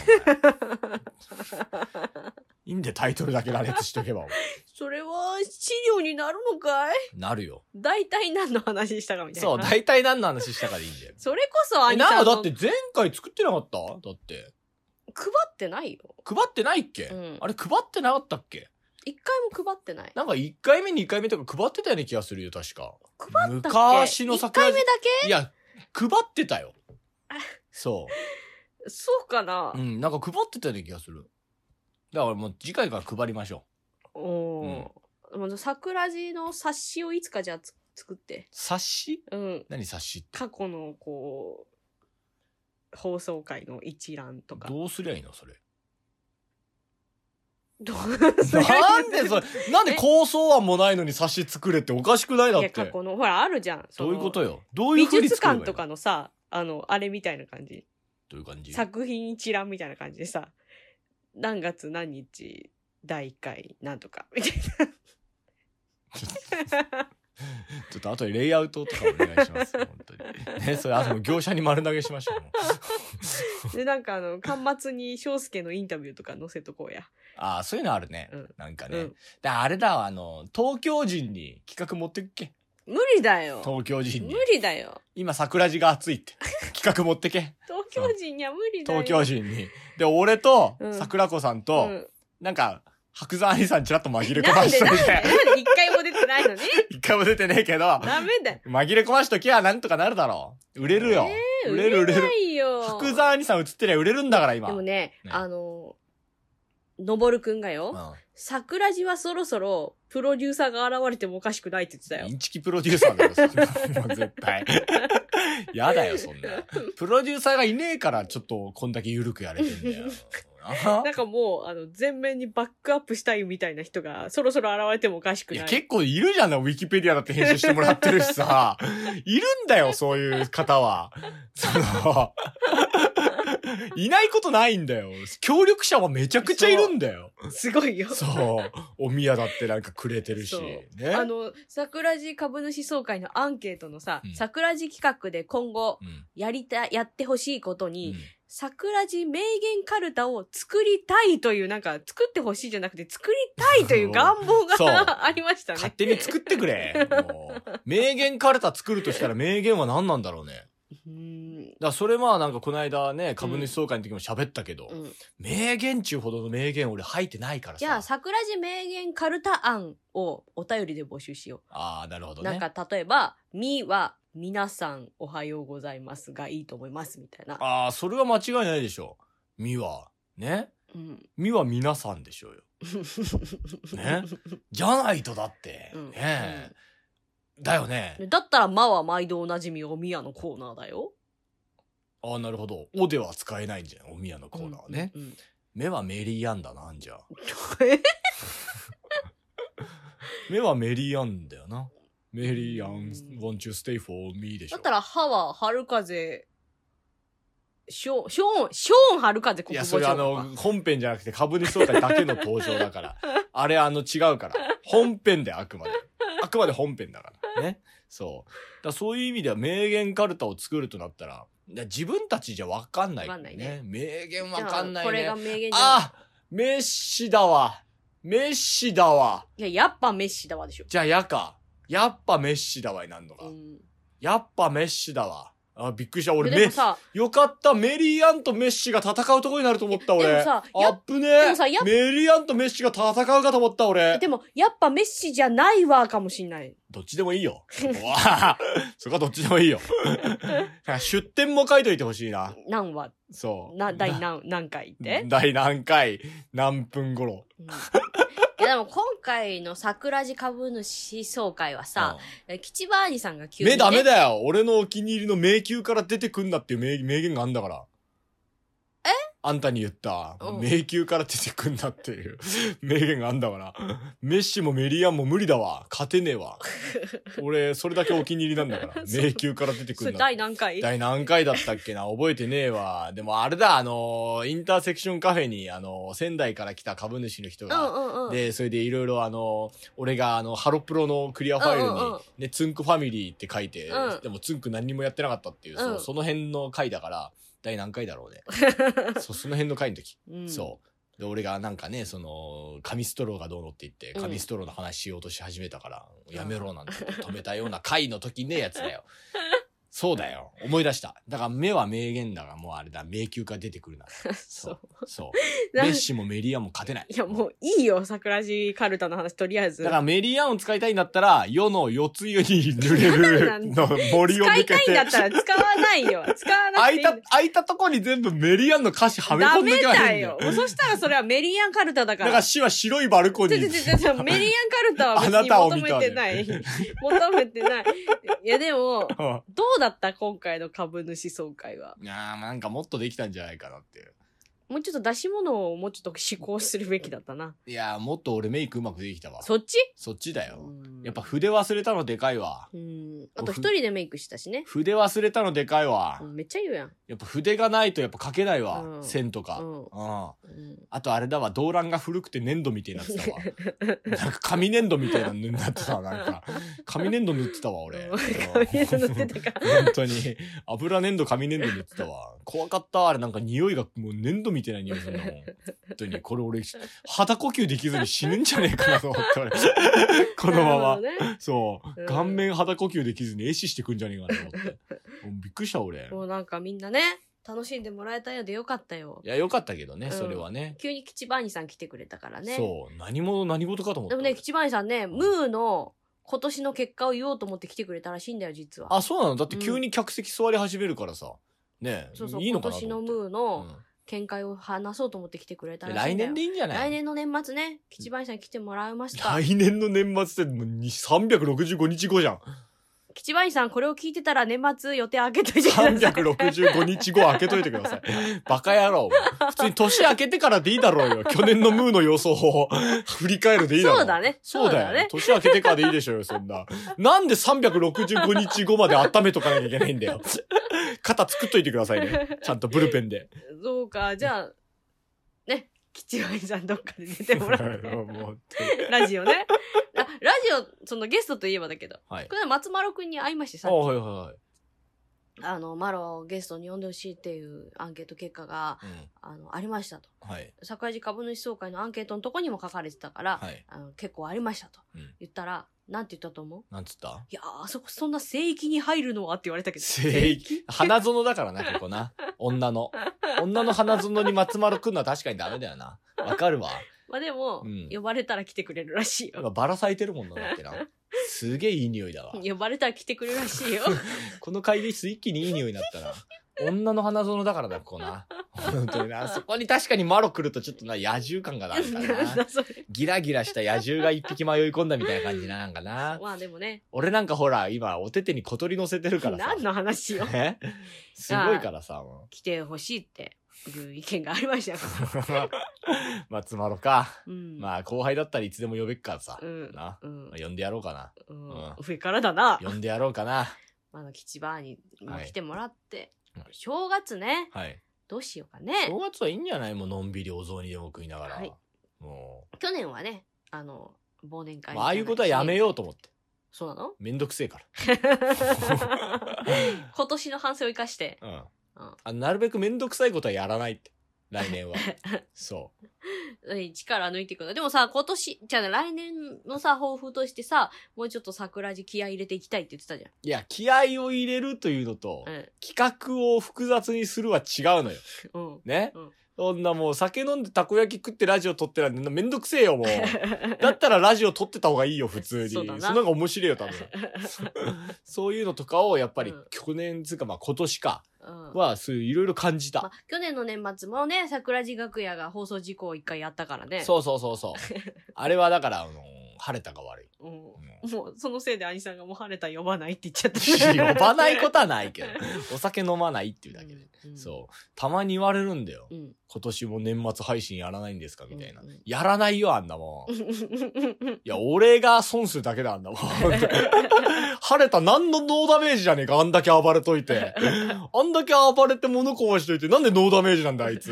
Speaker 1: お前いいんでタイトルだけ羅列しとけば。お前
Speaker 2: それは資料になるのかい
Speaker 1: なるよ。
Speaker 2: 大体何の話したかみたいな。
Speaker 1: そう、大体何の話したからいいんだよ。
Speaker 2: それこそ
Speaker 1: え、
Speaker 2: 兄
Speaker 1: な
Speaker 2: さ
Speaker 1: んか
Speaker 2: ん
Speaker 1: だ
Speaker 2: の
Speaker 1: って前回作ってなかっただって。
Speaker 2: 配ってないよ。
Speaker 1: 配ってないっけ、
Speaker 2: うん
Speaker 1: あれ配ってなかったっけ
Speaker 2: 一回も配ってない。
Speaker 1: なんか1回目2回目とか配ってたような気がするよ、確か。
Speaker 2: 配ったっけ
Speaker 1: 昔の桜
Speaker 2: 一回目だ
Speaker 1: いや、配ってたよ。そう。
Speaker 2: けそうかな、
Speaker 1: うん、なんか配ってたような気がする。だからもう次回から配りましょう。
Speaker 2: おおー、もう桜地の冊子をいつかじゃあつ作って
Speaker 1: 冊子
Speaker 2: うん
Speaker 1: 何冊子って。
Speaker 2: 過去のこう放送回の一覧とか
Speaker 1: どうすりゃいいのそ
Speaker 2: [laughs]
Speaker 1: れ。
Speaker 2: どう [laughs]
Speaker 1: なんでそれ、なんで
Speaker 2: え
Speaker 1: 構想案もないのに冊子作れっておかしくないだっ
Speaker 2: いや過
Speaker 1: て。
Speaker 2: 去のほらあるじゃんそ
Speaker 1: ど
Speaker 2: の
Speaker 1: ういうことよ。どういう
Speaker 2: 美
Speaker 1: ふうに
Speaker 2: 術
Speaker 1: 作ればいい
Speaker 2: 館
Speaker 1: の
Speaker 2: とかのさあのあれみたいな感じ
Speaker 1: どういう感じ
Speaker 2: 作品一覧みたいな感じでさ何月何日第1回なんとかみたい
Speaker 1: [laughs]
Speaker 2: な
Speaker 1: ちょっと後でレイアウトとかお願いします。本当
Speaker 2: [laughs]
Speaker 1: に。ね、それ、あと業者に丸投げしましょうもう。
Speaker 2: でなんかあの巻末に翔介のインタビューとか載せとこうや、
Speaker 1: ああ、そういうのあるね。
Speaker 2: うん
Speaker 1: なんか
Speaker 2: う
Speaker 1: ね。
Speaker 2: ん、
Speaker 1: だあれだわ、あの、東京人に企画持ってっけ。
Speaker 2: 無理だよ
Speaker 1: 東京人
Speaker 2: 無
Speaker 1: に。
Speaker 2: 理だよ
Speaker 1: 今、桜地が暑いって。企画持ってけ。
Speaker 2: 東京人には無理だよ
Speaker 1: 東京人に。で、俺と
Speaker 2: う、ん
Speaker 1: 桜子さんと、
Speaker 2: うん
Speaker 1: なんか、白山兄さんちらっと紛れ込
Speaker 2: な
Speaker 1: ま
Speaker 2: ん
Speaker 1: し
Speaker 2: で
Speaker 1: と
Speaker 2: なん
Speaker 1: い
Speaker 2: でなん
Speaker 1: て。
Speaker 2: で一回も出てないのに
Speaker 1: 一回も出てねえけど、
Speaker 2: ダメだよ
Speaker 1: 紛れ込ましときゃなんとかなるだろう。売れるよ。
Speaker 2: えー
Speaker 1: 売れる売れ
Speaker 2: な
Speaker 1: る。
Speaker 2: いよ
Speaker 1: 白山兄さん映ってりゃ売れるんだから、今。
Speaker 2: でもね、
Speaker 1: ね
Speaker 2: あののぼるくんがよ、
Speaker 1: うん
Speaker 2: 桜地はそろそろプロデューサーが現れてもおかしくないって言ってたよ
Speaker 1: イ。ンチキプロデューサーだよ、そんなもう絶
Speaker 2: [laughs]
Speaker 1: 対。やだよ、そんな。プロデューサーがいねえから、ちょっと、こんだけ緩くやれてんだ
Speaker 2: [laughs]
Speaker 1: よ。あ
Speaker 2: なんかもう、あの、全面にバックアップしたいみたいな人がそろそろ現れてもおかしく
Speaker 1: い
Speaker 2: な
Speaker 1: や、
Speaker 2: い。
Speaker 1: 結構いるじゃん、ウィキペディアだって編集してもらってるし
Speaker 2: [laughs]
Speaker 1: さ。いるんだよ、そういう方は。その、いないことないんだよ。協力者はめちゃくちゃいるんだよ。
Speaker 2: すごいよ。
Speaker 1: そう。お宮だってなんかくれてるし。
Speaker 2: そう
Speaker 1: ね。
Speaker 2: あの、桜地株主総会のアンケートのさ、
Speaker 1: うん
Speaker 2: 桜地企画で今後
Speaker 1: うん、
Speaker 2: やりた、やってほしいこと
Speaker 1: う
Speaker 2: に、
Speaker 1: ん
Speaker 2: 桜地名言カルタを作りたいという、なんか作ってほしいじゃなくて作りたいという願望
Speaker 1: そう
Speaker 2: が [laughs] ありました
Speaker 1: 勝
Speaker 2: ね。
Speaker 1: 手に作ってくれ。もう名言カルタ作るとしたら名言は何なんだろうね。
Speaker 2: うーん。
Speaker 1: だからそれまあなんかこの間ね、株主総会の時も喋ったけど、
Speaker 2: うん
Speaker 1: 名言中ほどの名言俺吐いてないからさ。
Speaker 2: じゃあ、桜地名言カルタ案をお便りで募集しよう。
Speaker 1: ああ、なるほど
Speaker 2: なん
Speaker 1: ね。
Speaker 2: か例えば「み」は「皆さんおはようございます」がいいと思いますみたいな。
Speaker 1: ああ、それは間違いないでしょう。みは、ね。
Speaker 2: うん、 [laughs]
Speaker 1: みは皆さんでしょうよ。ね。じゃないとだって、
Speaker 2: うん
Speaker 1: ねえ。だよね。
Speaker 2: だったら「ま」は毎度おなじみおみやのコーナーだよ。
Speaker 1: ああ、なるほど。おでは使えないんじゃないおみやのコーナーはね。
Speaker 2: うん。 [laughs] うん
Speaker 1: 目はメリーアンだな、あんじゃ。
Speaker 2: え
Speaker 1: 目はメリーアンだよな。メリーアン、won't you stay for me でし
Speaker 2: だ
Speaker 1: ょ
Speaker 2: っ。たら「は」は春風ショーンショーンショーン春風
Speaker 1: い
Speaker 2: 国
Speaker 1: や、そ
Speaker 2: 防
Speaker 1: れ
Speaker 2: 長
Speaker 1: あの
Speaker 2: 官、
Speaker 1: 本編じゃなくて株主総会だけの登場だから。あれ、あの、違うから。本編であくまで。あくまで本編だから。ね。そう。だからそういう意味では名言カルタを作るとなったら、いや自分たちじゃわかんない、
Speaker 2: わかんないね。
Speaker 1: 名言わかんないね。
Speaker 2: これが名言じゃん
Speaker 1: あメッシだわ。メッシだわ。
Speaker 2: いややっぱメッシだわでしょ。
Speaker 1: じゃあ、やか。やっぱメッシだわになんのか。
Speaker 2: うん
Speaker 1: やっぱメッシだわ。あ、びっくりした。俺、
Speaker 2: で
Speaker 1: メ
Speaker 2: もさ
Speaker 1: よかった、メリーアンとメッシが戦うとこになると思った、俺。
Speaker 2: でもさや
Speaker 1: あっぶね
Speaker 2: でもさやっ
Speaker 1: メリーアンとメッシが戦うかと思った、俺
Speaker 2: で。もやっぱメッシじゃないわかもしんない。
Speaker 1: どっちでもいい
Speaker 2: [laughs]
Speaker 1: よ。う [laughs] わあそこはどっちでもいいよ。 [laughs] 出典も書いといてほしいな。
Speaker 2: 何話
Speaker 1: そう。
Speaker 2: な第何何回って
Speaker 1: [laughs] 第何回、何分頃。
Speaker 2: うんいやでも今回の桜地株主総会はさ、吉場兄さんが
Speaker 1: う
Speaker 2: 急
Speaker 1: ん
Speaker 2: に、ね。
Speaker 1: 目ダメだよ。俺のお気に入りの迷宮から出てくんなっていう名名言があんだから。
Speaker 2: え
Speaker 1: あんたに言った、
Speaker 2: うん
Speaker 1: 迷宮から出てくんなっていう名言があんだから。メッシもメリーアンも無理だわ。勝てねえわ。
Speaker 2: [laughs]
Speaker 1: 俺、それだけお気に入りなんだから。迷宮から出てく
Speaker 2: それ
Speaker 1: んなっ
Speaker 2: 第
Speaker 1: て。
Speaker 2: 何回
Speaker 1: 第何回だったっけな覚えてねえわ。でもあれだ、あのーインターセクションカフェに、あのー仙台から来た株主の人
Speaker 2: う
Speaker 1: が、
Speaker 2: んうんうん。
Speaker 1: で、それでいろいろあの、俺があの、ハロプロのクリアファイルに、
Speaker 2: うんうんうん
Speaker 1: ね、ツンクファミリーって書いて、
Speaker 2: うん
Speaker 1: でもツンク何にもやってなかったっていう、そう
Speaker 2: うん
Speaker 1: その辺の回だから、第何回だろう
Speaker 2: [laughs]
Speaker 1: ね。そうその辺の回の時、
Speaker 2: うん
Speaker 1: そう。で、俺がなんかね、その、紙ストローがどうのって言って、
Speaker 2: うん
Speaker 1: 紙ストローの
Speaker 2: [laughs]
Speaker 1: 話しようとし始めたから、やめろなんて止めたような回の時ね、やつだよ。そうだよ。思い出した。だから目は名言だが、もうあれだ、迷宮から出てくるな。
Speaker 2: [laughs] そ
Speaker 1: そう
Speaker 2: う。
Speaker 1: そう。
Speaker 2: なん
Speaker 1: メッシもメリアも勝てない。
Speaker 2: いや、もういいよ、桜地カルタの話、とりあえず。
Speaker 1: だからメリアンを使いたいんだったら、世の四つ湯に濡れ
Speaker 2: なん
Speaker 1: る
Speaker 2: で
Speaker 1: の森を
Speaker 2: 使
Speaker 1: 抜
Speaker 2: い
Speaker 1: け、
Speaker 2: たいんだってたら使わないよ。使わなく
Speaker 1: 空
Speaker 2: てい
Speaker 1: い
Speaker 2: い。
Speaker 1: た、空いたとこに全部メリアンの歌詞はめ
Speaker 2: ダ
Speaker 1: 込んで
Speaker 2: メ
Speaker 1: けばい
Speaker 2: だ
Speaker 1: いんだ
Speaker 2: よ
Speaker 1: よ。。
Speaker 2: そしたらそれはメリアンカルタだか。
Speaker 1: だからら死は白いバルコニ
Speaker 2: ちょ
Speaker 1: ー
Speaker 2: ちょ
Speaker 1: に。
Speaker 2: ちょちょ、 [laughs] メリアンカルタは別
Speaker 1: あな
Speaker 2: に
Speaker 1: たを
Speaker 2: 求
Speaker 1: 見
Speaker 2: め
Speaker 1: た
Speaker 2: て
Speaker 1: ね
Speaker 2: ない。求めてない。いや、でも、
Speaker 1: うん
Speaker 2: どうだった今回の株主総会は。
Speaker 1: いやーなんかもっとできたんじゃないかなっていう。
Speaker 2: もうちょっと出し物をもうちょっと思考するべきだったな。
Speaker 1: いやーもっと俺メイクうまくできたわ。そ
Speaker 2: そっち
Speaker 1: っちだよ。
Speaker 2: うん
Speaker 1: やっぱ筆忘れたのでかいわ。
Speaker 2: うん。あと一人でメイクしたしね。
Speaker 1: 筆忘れたのでかいわ
Speaker 2: う。んめっちゃ言うやん。
Speaker 1: やっぱ筆がないとやっぱ書けないわ。
Speaker 2: うん
Speaker 1: 線とか。
Speaker 2: う
Speaker 1: うんん。
Speaker 2: うん
Speaker 1: あとあれだわ、動乱が古くて粘土みたいになってたわ。
Speaker 2: [laughs]
Speaker 1: なんか紙粘土みたいなのになってたわ、なんか。紙粘土塗ってたわ、俺。
Speaker 2: [laughs] 紙粘土塗ってたか
Speaker 1: 本当に。油粘土、紙粘土塗ってたわ。怖かった、あれなんか匂いがもう粘土みたいな匂いするんだもん。本当に、これ俺、肌呼吸できずに死ぬんじゃねえかなと思って、俺。 [laughs] このま
Speaker 2: な
Speaker 1: ま。
Speaker 2: るほどね
Speaker 1: そう
Speaker 2: うん。
Speaker 1: 顔面肌呼吸できずに壊死してくんじゃねえかなと思って。もうびっくりした、俺。
Speaker 2: もうなんかみんなね、楽しんでもらえたようでよかったよ
Speaker 1: い。や、よかったけど
Speaker 2: う
Speaker 1: ね、
Speaker 2: ん
Speaker 1: それはね。
Speaker 2: 急に吉バーニさん来てくれたからね。
Speaker 1: そう。何者、何事かと思っ
Speaker 2: で
Speaker 1: た。
Speaker 2: もね、吉バーニさんね、ムーの今年の結果を言おうと思って来てくれたらしいんだよ、実は。
Speaker 1: あ、そうなのだって急に客席座り始めるからさ。ねえ
Speaker 2: そうそう、
Speaker 1: いい
Speaker 2: 今
Speaker 1: のかなと
Speaker 2: 年の
Speaker 1: 思
Speaker 2: ム
Speaker 1: って
Speaker 2: ーの見解を話そうと思って来てくれた
Speaker 1: うんで
Speaker 2: らし
Speaker 1: 来
Speaker 2: いんだよ。
Speaker 1: 年でいいんじゃない
Speaker 2: 来年の年末ね、吉バーニさん来てもらいました。
Speaker 1: 来年の年末ってもうに365日後じ
Speaker 2: [laughs]
Speaker 1: ゃん。
Speaker 2: 吉バーニさん、これを聞いてたら年末予定開けといてください。
Speaker 1: 365日後開けといてくださ
Speaker 2: [laughs]
Speaker 1: い。バカ野郎。普通に年明けてからでいいだろ
Speaker 2: [laughs]
Speaker 1: うよ。去年のムーの予想を振り返るでいいだろ
Speaker 2: そうだね
Speaker 1: そうだ
Speaker 2: そう
Speaker 1: よ。
Speaker 2: だね
Speaker 1: 年明けてからでいいでしょうよ、そんな。なんで365日後まで温めとかなきゃいけないんだよ。肩作っといてくださいね。ちゃんとブルペン
Speaker 2: [laughs]
Speaker 1: で。
Speaker 2: そうか、じゃあ、ね、吉バーニさんどっかで出てもらって。
Speaker 1: も [laughs] う
Speaker 2: ラジオね。あラジオ、そのゲストといえばだけど、
Speaker 1: [laughs] はい
Speaker 2: こ。の間松丸くんに会いましてさ
Speaker 1: あ、はいはいはい。
Speaker 2: あの、マロをゲストに呼んでほしいっていうアンケート結果が、
Speaker 1: うん
Speaker 2: あの、ありましたと。
Speaker 1: はい。
Speaker 2: 桜地株主総会のアンケートのとこにも書かれてたから、
Speaker 1: はい。
Speaker 2: あの結構ありましたと
Speaker 1: うん。
Speaker 2: 言ったら、なんて言ったと思う
Speaker 1: なんつった
Speaker 2: いやー、あそこそんな聖域に入るのはって言われたけど。
Speaker 1: 聖域花園だからな、ここな。女の。女の花園に松丸くんのは確かにダメだよな。わかるわ。
Speaker 2: [laughs] まあでも、
Speaker 1: うん
Speaker 2: 呼ばれたら来てくれるらしいよ。
Speaker 1: 今バラ咲いてるもんな、だってな。すげえいい匂いだわ。
Speaker 2: 呼ばれたら来てくれるらしいよ。
Speaker 1: この会議室一気にいい匂いになったな。女の花園だからな、ここな。本当にな。そこに確かにマロ来るとちょっとな、野獣感がある
Speaker 2: [laughs]
Speaker 1: から
Speaker 2: なん
Speaker 1: [laughs] な。
Speaker 2: だそれ。
Speaker 1: ギラギラした野獣が一匹迷い込んだみたいな感じな、なんかな。
Speaker 2: まあでもね、
Speaker 1: 俺なんかほら、今、お手手に小鳥乗せてるからさ。
Speaker 2: 何の話よ。
Speaker 1: [laughs] えすごいからさ、もう。
Speaker 2: 来てほしいっていう意見がありましたよ。
Speaker 1: [laughs] 松丸か。
Speaker 2: うん。
Speaker 1: まあ後輩だったらいつでも呼べっからさ。
Speaker 2: うん。
Speaker 1: な。
Speaker 2: うん
Speaker 1: まあ呼んでやろうかな。
Speaker 2: うん、上からだな。
Speaker 1: 呼んでやろうかな。
Speaker 2: あの、吉バーにも
Speaker 1: はい
Speaker 2: 来てもらって、
Speaker 1: はい
Speaker 2: 正月ね、
Speaker 1: はい。
Speaker 2: どうしようかね。
Speaker 1: 正月はいいんじゃないもうのんびりお雑煮でも食いながら。
Speaker 2: はい
Speaker 1: も
Speaker 2: 去年はね、あの、忘年
Speaker 1: う、
Speaker 2: 会
Speaker 1: まあああいうことはやめ
Speaker 2: よ
Speaker 1: ようと思って。
Speaker 2: そうなの [laughs]
Speaker 1: めんどくせえか
Speaker 2: 今年の反省を生かして、
Speaker 1: ら。うん。
Speaker 2: うん
Speaker 1: あなるべくめんどくさいことはやらないって。来
Speaker 2: [laughs]
Speaker 1: 年は。そう。
Speaker 2: うん力抜いていくの。でもさ、今年、じゃあね来年のさ、抱負としてさ、もうちょっと桜地気合い入れていきたいって言ってたじ
Speaker 1: いや、気合を入れるというのと
Speaker 2: ゃん。、
Speaker 1: 企画を複雑にするは違うのよ。
Speaker 2: うん。うん。
Speaker 1: ね、
Speaker 2: うん
Speaker 1: そんなもう酒飲んでたこ焼き食ってラジオ撮ってなんてめんどくせえよもう [laughs]
Speaker 2: [laughs]
Speaker 1: だったらラジオ撮ってた方がいいよ普通に
Speaker 2: そ
Speaker 1: そう
Speaker 2: だ
Speaker 1: ん
Speaker 2: な
Speaker 1: なの方が面白いよ
Speaker 2: [laughs]
Speaker 1: 多分そういうのとかをやっぱり
Speaker 2: うん
Speaker 1: 去年つうかまあ今年か
Speaker 2: うん
Speaker 1: はそういういろいろ感じ
Speaker 2: ま
Speaker 1: た
Speaker 2: あ、去年の年末もね、桜地楽屋が放送事故を一回やったからね。
Speaker 1: そうそうそう
Speaker 2: [laughs]
Speaker 1: そうあれはだからあのー晴れたが悪い
Speaker 2: うん。
Speaker 1: う
Speaker 2: もう、そのせいで兄さんがもう晴れた呼ばないって言っちゃっ
Speaker 1: 呼ばないことはない
Speaker 2: [laughs]
Speaker 1: けどお酒飲まないっていうだけで、
Speaker 2: うん。
Speaker 1: そうたまに言われるんだよ、
Speaker 2: うん。うん。
Speaker 1: 今年も年末配信やらないんですかみたいな、
Speaker 2: うんうん
Speaker 1: やらないよあんなもんいや、俺が損するだけだあん [laughs] だもん。晴れた何のノーダメージじゃねえか、あんだけ暴れといて。あんだけ暴れて物壊しといて、なんでノーダメージなんだ、あいつ。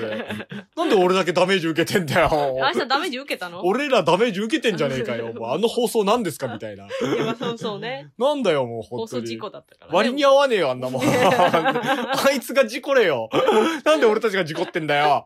Speaker 1: なんで俺だけダメージ受けてんだよ。
Speaker 2: 兄さんダメージ受けたの
Speaker 1: 俺らダメージ受けてんじゃねえかよ。もうあの放送何ですかみたいな。
Speaker 2: 今そうそうね。
Speaker 1: なんだよ、もう [laughs]
Speaker 2: 放
Speaker 1: 本当
Speaker 2: 送事
Speaker 1: に。
Speaker 2: 故だったから、ね。
Speaker 1: 割に合わねえよ、あん
Speaker 2: [laughs]
Speaker 1: なもん。あいつが事故れよ。なんで俺たちが事故ってんだよ。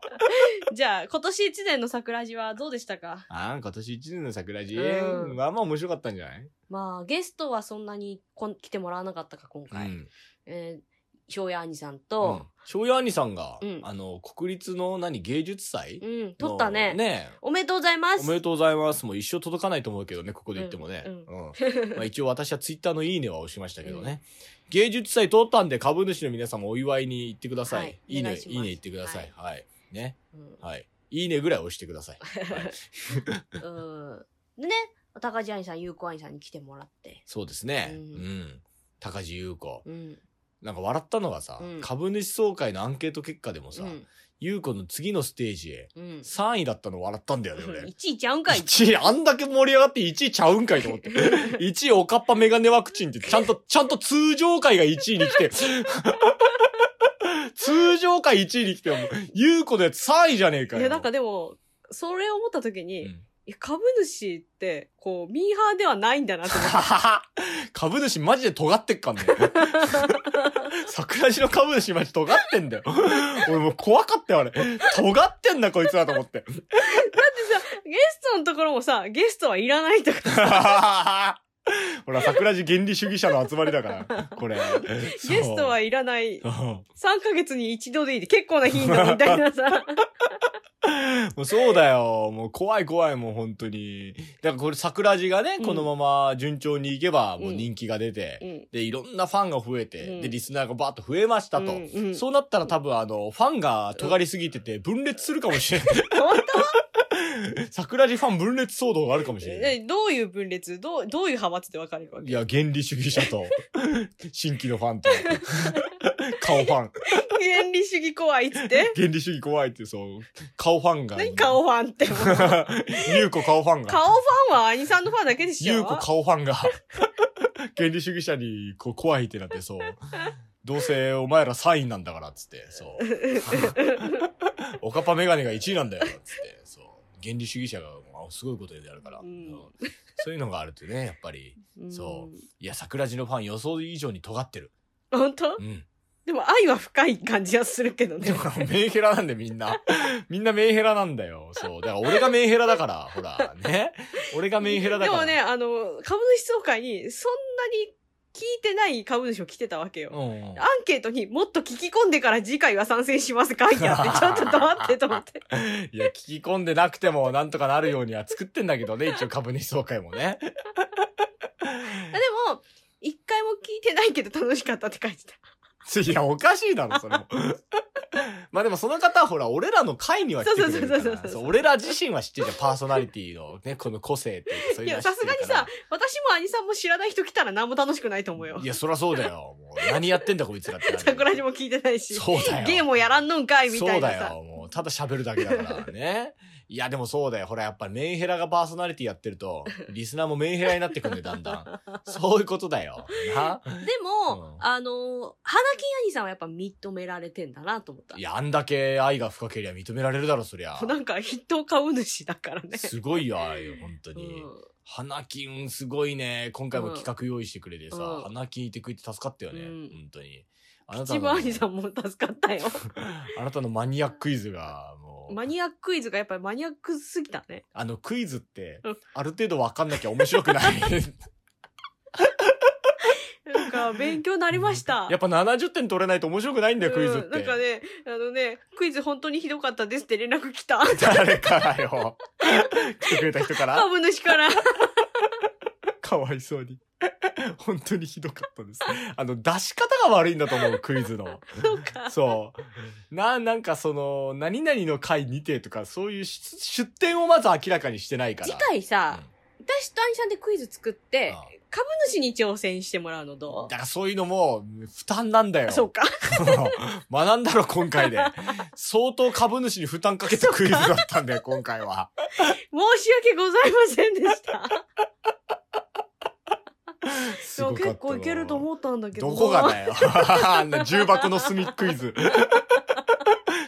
Speaker 2: じゃあ、今年一年の桜地はどうでしたか
Speaker 1: あん、今年一年の桜地
Speaker 2: うん
Speaker 1: まあまあ面白かったんじゃない
Speaker 2: まあ、ゲストはそんなにこん来てもらわなかったか、今
Speaker 1: う
Speaker 2: 回。
Speaker 1: ん
Speaker 4: えー、庄屋兄さん
Speaker 1: うん
Speaker 4: と、。
Speaker 1: 庄屋兄さんが、
Speaker 4: うん
Speaker 1: あの、国立の何、芸術祭
Speaker 4: うん、撮ったね
Speaker 1: のねえ
Speaker 4: おめでとうございま
Speaker 1: おめ
Speaker 4: す。
Speaker 1: でとうございます。もう一生届かないと思うけどね、ここで言ってもね。
Speaker 4: う
Speaker 1: うんん。
Speaker 4: [laughs]
Speaker 1: まあ、一応私はツイッターのいいねは押しましたけどね。芸術祭通ったんで株主の皆さんもお祝いに行ってください。
Speaker 4: はい
Speaker 1: い、い
Speaker 4: お願
Speaker 1: ね、
Speaker 4: いします
Speaker 1: いいね言ってください。はい。ね。
Speaker 4: うん
Speaker 1: はい。いいねぐらい押してく
Speaker 4: [laughs]
Speaker 1: ださい。はい、
Speaker 4: うんでね、高地兄さん、優子兄さんに来てもらって。
Speaker 1: そうですね。
Speaker 4: う
Speaker 1: うんん。高地優子。
Speaker 4: うん。
Speaker 1: なんか笑ったのがさ、
Speaker 4: うん
Speaker 1: 株主総会のアンケート結果でもさ、
Speaker 4: うん。
Speaker 1: 優子の次のステージへ
Speaker 4: うん。
Speaker 1: 3位だったの笑ったんだよね、
Speaker 2: [laughs]
Speaker 1: 俺。
Speaker 4: 1位ちゃうんかいって。
Speaker 1: 1位、あんだけ盛り上がって1位ちゃうんかいと
Speaker 2: [laughs]
Speaker 1: 思って。1位、おかっぱメガネワクチンって、ちゃんと、ちゃんと通常回が1位に来て。通常回1位に来て、もう、ゆうこのやつ3位じゃねえか
Speaker 2: い
Speaker 1: よ。
Speaker 2: や、なんかでも、それを思った時に、
Speaker 1: うん
Speaker 2: いや株主って、こう、ミーハーではないんだなと
Speaker 1: [laughs]
Speaker 2: 思って。
Speaker 1: ははは株主マジで尖ってっかん
Speaker 2: [laughs]
Speaker 1: ね。桜地の株主マジ尖ってんだよ。俺もう怖かったよ、あれ。尖ってんだ、こいつらと思って。 [laughs]
Speaker 2: ゲストのところもさ、ゲストはいらないとか、
Speaker 1: ほら、桜地原理主義者の集まりだから、これ。
Speaker 2: ゲストはいらない。3
Speaker 1: そう
Speaker 2: ヶ月に一度でいいで結構な頻度みたいなさ。
Speaker 1: [laughs] もうそうだよ。もう怖い怖いもう本当に。だからこれ桜地がね、
Speaker 2: うん
Speaker 1: このまま順調にいけばもううん人気が出て、
Speaker 2: うん
Speaker 1: で、いろんなファンが増えて、
Speaker 2: うん
Speaker 1: で、リスナーがバーッと増えましたと。
Speaker 2: うんうん
Speaker 1: そうなったら多分あの、ファンが尖りすぎてて分裂するかもしれない。
Speaker 2: 本
Speaker 1: [laughs] 桜地ファン分裂騒動があるかもしれない。
Speaker 2: えどういう分裂どう、どういう派閥で分かれるわ
Speaker 1: い
Speaker 2: け
Speaker 1: や、原理主義者と、新規のファン
Speaker 2: [laughs]
Speaker 1: と、顔ファン。
Speaker 2: 原理主義怖いっつ
Speaker 1: [laughs]
Speaker 2: って。
Speaker 1: 原理主義怖いって、そう、顔ファンが。[laughs]
Speaker 2: 何顔ファンって。もう顔フ
Speaker 1: ゆうこ顔ファンが。
Speaker 2: ァンは兄さんのファンだけでしょ
Speaker 1: ゆうこ顔ファンが原理主義者にこう怖いってなってそうどうせお前ら3位なんだからっつってそうおかっぱメガネが1位なんだよっつってそう原理主義者がもうすごいことでやるから、
Speaker 2: うん
Speaker 1: うんそういうのがあるとねやっぱり
Speaker 2: うん
Speaker 1: そういや桜地のファン予想以上に尖ってる
Speaker 2: 本当
Speaker 1: うん
Speaker 2: でも愛は深い感じはするけどね。
Speaker 1: メンヘラなんでみんなみんなメンヘラなんだよそうだから俺がメンヘラだからほらね俺がメンヘラだ
Speaker 2: で
Speaker 1: から
Speaker 2: もね、あの、株主総会にそんなに聞いてない株主を来てたわけよ。
Speaker 1: うんうん
Speaker 2: アンケートにもっと聞き込んでから次回は参戦します書いて
Speaker 1: [laughs]
Speaker 2: あって、ちょっと黙ってと思って。
Speaker 1: いや、聞き込んでなくてもなんとかなるようには作ってんだけどね、一応株主総会もね。
Speaker 2: でも、一回も聞いてないけど楽しかったって書いてた。
Speaker 1: いや、おかしいだろ、そ
Speaker 2: [laughs]
Speaker 1: れも。まあでもその方はほら、俺らの会には来てくれるか
Speaker 2: そうそうそうそう
Speaker 1: ら、そう俺ら自身は知ってるじゃん、パーソナリティのね、この個性っていうかそう
Speaker 2: い
Speaker 1: いうのは
Speaker 2: や、
Speaker 1: 知っ
Speaker 2: さす
Speaker 1: て
Speaker 2: がに
Speaker 1: るから
Speaker 2: さ、私も兄さんも知らない人来たら何も楽しくないと思うよ
Speaker 1: い。や、そりゃそうだよ。もう何やってんだこいつらってなるよ。
Speaker 2: [laughs] 桜地も聞いてないし、
Speaker 1: そうだよ。
Speaker 2: ゲームをやらんのんかいみたいな
Speaker 1: そうだ
Speaker 2: さ。
Speaker 1: よ。もう、ただ喋るだけだからね。いや、でもそうだよ。ほら、やっぱメンヘラがパーソナリティやってると、リスナーもメンヘラになってくるんで、だんだん。そういうことだよ。な。
Speaker 4: でも、
Speaker 1: うん
Speaker 4: あのー、花金兄さんはやっぱ認められてんだなと思った
Speaker 1: い。や、あんだけ愛が深けりゃ認められるだろ、そりゃ。
Speaker 2: なんか筆頭株主だからね。
Speaker 1: すごいよ、愛よ、本当
Speaker 4: う
Speaker 1: に。
Speaker 4: ん
Speaker 1: 花金すごいね。今回も
Speaker 4: うん
Speaker 1: 企画用意してくれてさ、
Speaker 4: うん
Speaker 1: 花金いてくれて助かったよね、
Speaker 2: うん
Speaker 1: 本当に。あなた
Speaker 2: 一
Speaker 1: の、
Speaker 2: 番兄さんも助かったよ。
Speaker 1: [laughs] あなたのマニアッククイズが、もう、
Speaker 2: マニアッククイズがやっぱりマニアックすぎた
Speaker 1: [laughs]
Speaker 2: ね。
Speaker 1: あの、クイズって
Speaker 2: うん、
Speaker 1: ある程度わかんなきゃ面白くない。
Speaker 2: なんか勉強になりました。
Speaker 1: [laughs] やっぱ70点取れないと面白くないんだよ、クイズっ
Speaker 2: うん
Speaker 1: て。
Speaker 2: なんかね、あのね、クイズ本当にひどかったですって連絡来
Speaker 1: [laughs]
Speaker 2: た。
Speaker 1: 誰からよ。来てくれた人から。
Speaker 2: 株主から。
Speaker 1: かわいそうに。 [laughs] 本当にひどかったです。あの、出し方が悪いんだと思う、クイズの。
Speaker 2: そうか。
Speaker 1: そう。な、なんかその、何々の回にてとか、そういう出出典をまず明らかにしてないから。
Speaker 4: 次回さ、私と兄さんでクイズ作って、
Speaker 1: うん
Speaker 2: 株主に挑戦してもらうのど
Speaker 1: だからそういうのも、負担なんだよ。
Speaker 2: うそうか。
Speaker 1: [laughs] 学んだろ、今回で。相当株主に負担かけたクイズだったんだよ、今回は。
Speaker 2: 申し訳ございません
Speaker 1: [laughs]
Speaker 2: でした。
Speaker 1: す
Speaker 2: でも
Speaker 1: ごかった
Speaker 2: 結構いけると思ったんだけど。
Speaker 1: どこがだよ。 [laughs] あんな重箱の隅っクイズ。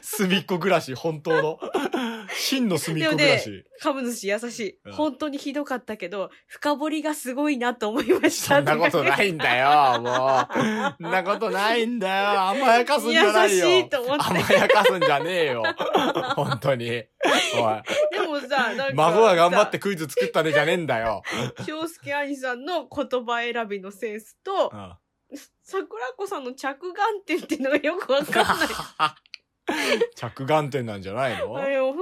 Speaker 1: 隅っこ暮らし、本当の。真の隅っこ暮らし。
Speaker 2: 株主優しい、
Speaker 1: うん
Speaker 2: 本当にひどかったけど、深掘りがすごいなと思いました。。
Speaker 1: そんなことな
Speaker 5: [laughs]
Speaker 1: いいんだよ、もう。そんなことないんだよ。甘やかすんじゃな
Speaker 2: 優し
Speaker 1: いよ。
Speaker 2: いと思って。
Speaker 1: 甘やかすんじゃねえよ。本当に。お
Speaker 2: でもさ、なんか。
Speaker 1: い。孫が頑張って。クイズ作ったねじゃねえんだよ。
Speaker 2: 京介兄さんの言葉選びのセンスと
Speaker 1: う、ん
Speaker 5: 桜子さんの着眼点っていうのがよくわかん
Speaker 1: [laughs]
Speaker 5: ない。
Speaker 1: 着眼点なんじゃないの、
Speaker 5: いやそんな変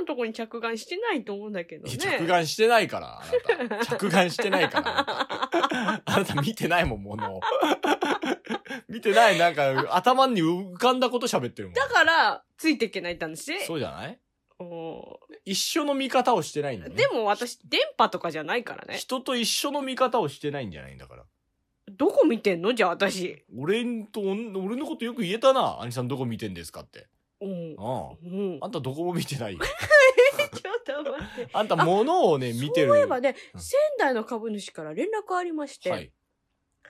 Speaker 5: なとこに着眼してないと思うんだけど
Speaker 1: い
Speaker 5: ね。
Speaker 1: や着眼してないから、あな
Speaker 5: [laughs]
Speaker 1: た。着眼してないから。あなた見てないもん、ものを。見てない、なんか、頭に浮かんだこと喋ってるもん。
Speaker 5: だから、ついていけないって話で。
Speaker 1: そうじゃない
Speaker 5: お
Speaker 1: 一緒の見方をしてないんだ
Speaker 5: ー
Speaker 1: よね。
Speaker 5: でも私、電波とかじゃないからね。
Speaker 1: 人と一緒の見方をしてないんじゃないんだから。
Speaker 5: どこ見てんのじゃあ私。
Speaker 1: 俺んとおん、俺のことよく言えたな。兄さんどこ見てんですかって。
Speaker 5: うん。
Speaker 1: あ
Speaker 5: うん
Speaker 1: あ。あんたどこも見て
Speaker 5: [laughs]
Speaker 1: ないよ。
Speaker 5: ちょっと待って。
Speaker 1: あんた物をね、見てる。
Speaker 5: そういえばね、
Speaker 1: うん
Speaker 5: 仙台の株主から連絡ありまして、
Speaker 1: はい。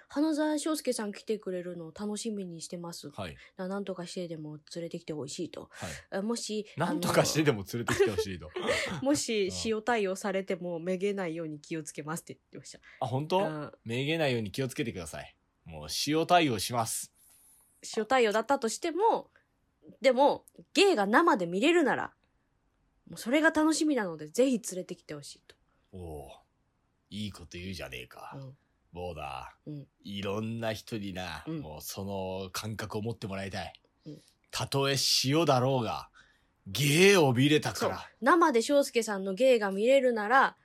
Speaker 2: 花沢章介さん来てくれるのを楽しみにしてます。
Speaker 1: はい。
Speaker 2: ななんとかしてでも連れてきてほしいと。
Speaker 1: はい。
Speaker 2: あもし、
Speaker 1: なんとかして
Speaker 2: で
Speaker 1: でも連れてきてほし
Speaker 5: [laughs]
Speaker 1: いと。 [laughs]
Speaker 5: もし塩対応されてもめげないように気をつけますって言ってました。
Speaker 1: あ、本当、
Speaker 5: うん
Speaker 1: めげないように気をつけてください。もう塩対応します。
Speaker 2: 塩対応だったとしても、でも、芸が生で見れるなら、もうそれが楽しみなので、ぜひ連れてきてほしいと。
Speaker 1: おおう、いいこと言うじゃねえか
Speaker 2: う。ん
Speaker 1: ボーダー、
Speaker 2: うん
Speaker 1: いろんな人にな、
Speaker 2: うん
Speaker 1: もうその感覚を持ってもらいたい
Speaker 2: うん。
Speaker 1: たとえ塩だろうが、芸を見れたから。
Speaker 2: 生で章介さんの芸が見れるなら、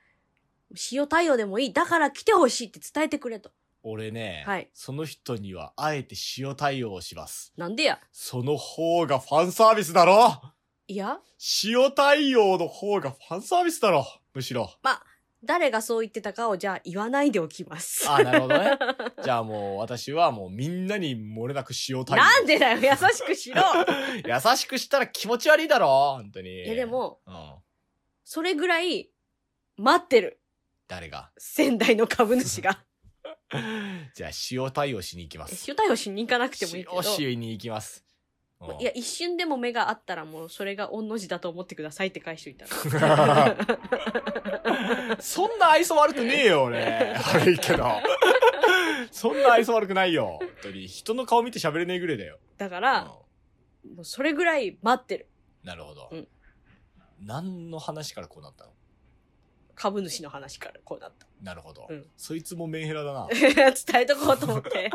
Speaker 2: 塩対応でもいい。だから来てほしいって伝えてくれと。
Speaker 1: 俺ね、
Speaker 2: はい
Speaker 1: その人にはあえて塩対応をします。
Speaker 2: なんでや
Speaker 1: その方がファンサービスだろ
Speaker 2: いや
Speaker 1: 塩対応の方がファンサービスだろむしろ。
Speaker 2: 誰がそう言ってたかをじゃあ言わないでおきます。 [laughs]
Speaker 1: あ、なるほどね。じゃあもう私はもうみんなに漏れなく塩対応。
Speaker 2: なんでだよ優しく
Speaker 1: [laughs]
Speaker 2: しろ
Speaker 1: 優しくしたら気持ち悪いだろ本当に。
Speaker 2: いやでも、
Speaker 1: うん。
Speaker 2: それぐらい待ってる。
Speaker 1: 誰が
Speaker 5: 仙台の株主
Speaker 1: [laughs]
Speaker 5: が。
Speaker 1: じゃあ塩対応しに行きます。
Speaker 2: 塩対応しに行かなくてもいいけど
Speaker 1: 塩。しに行きます。うん
Speaker 2: いや、一瞬でも目があったらもうそれが御の字だと思ってくださいって返しといたら。
Speaker 1: [laughs] そんな愛想悪くねえよ、俺。悪いけど。そんな愛想悪くないよ。本当に。人の顔見て喋れねえぐらいだよ。
Speaker 2: だから、もうそれぐらい待ってる。
Speaker 1: うんなるほど。
Speaker 2: うん
Speaker 1: 何の話からこうなったの
Speaker 5: 株主の話からこうなった。
Speaker 1: なるほど、
Speaker 5: うん。
Speaker 1: そいつもメンヘラだ
Speaker 2: [laughs]
Speaker 1: な
Speaker 5: 伝えとこうと思って。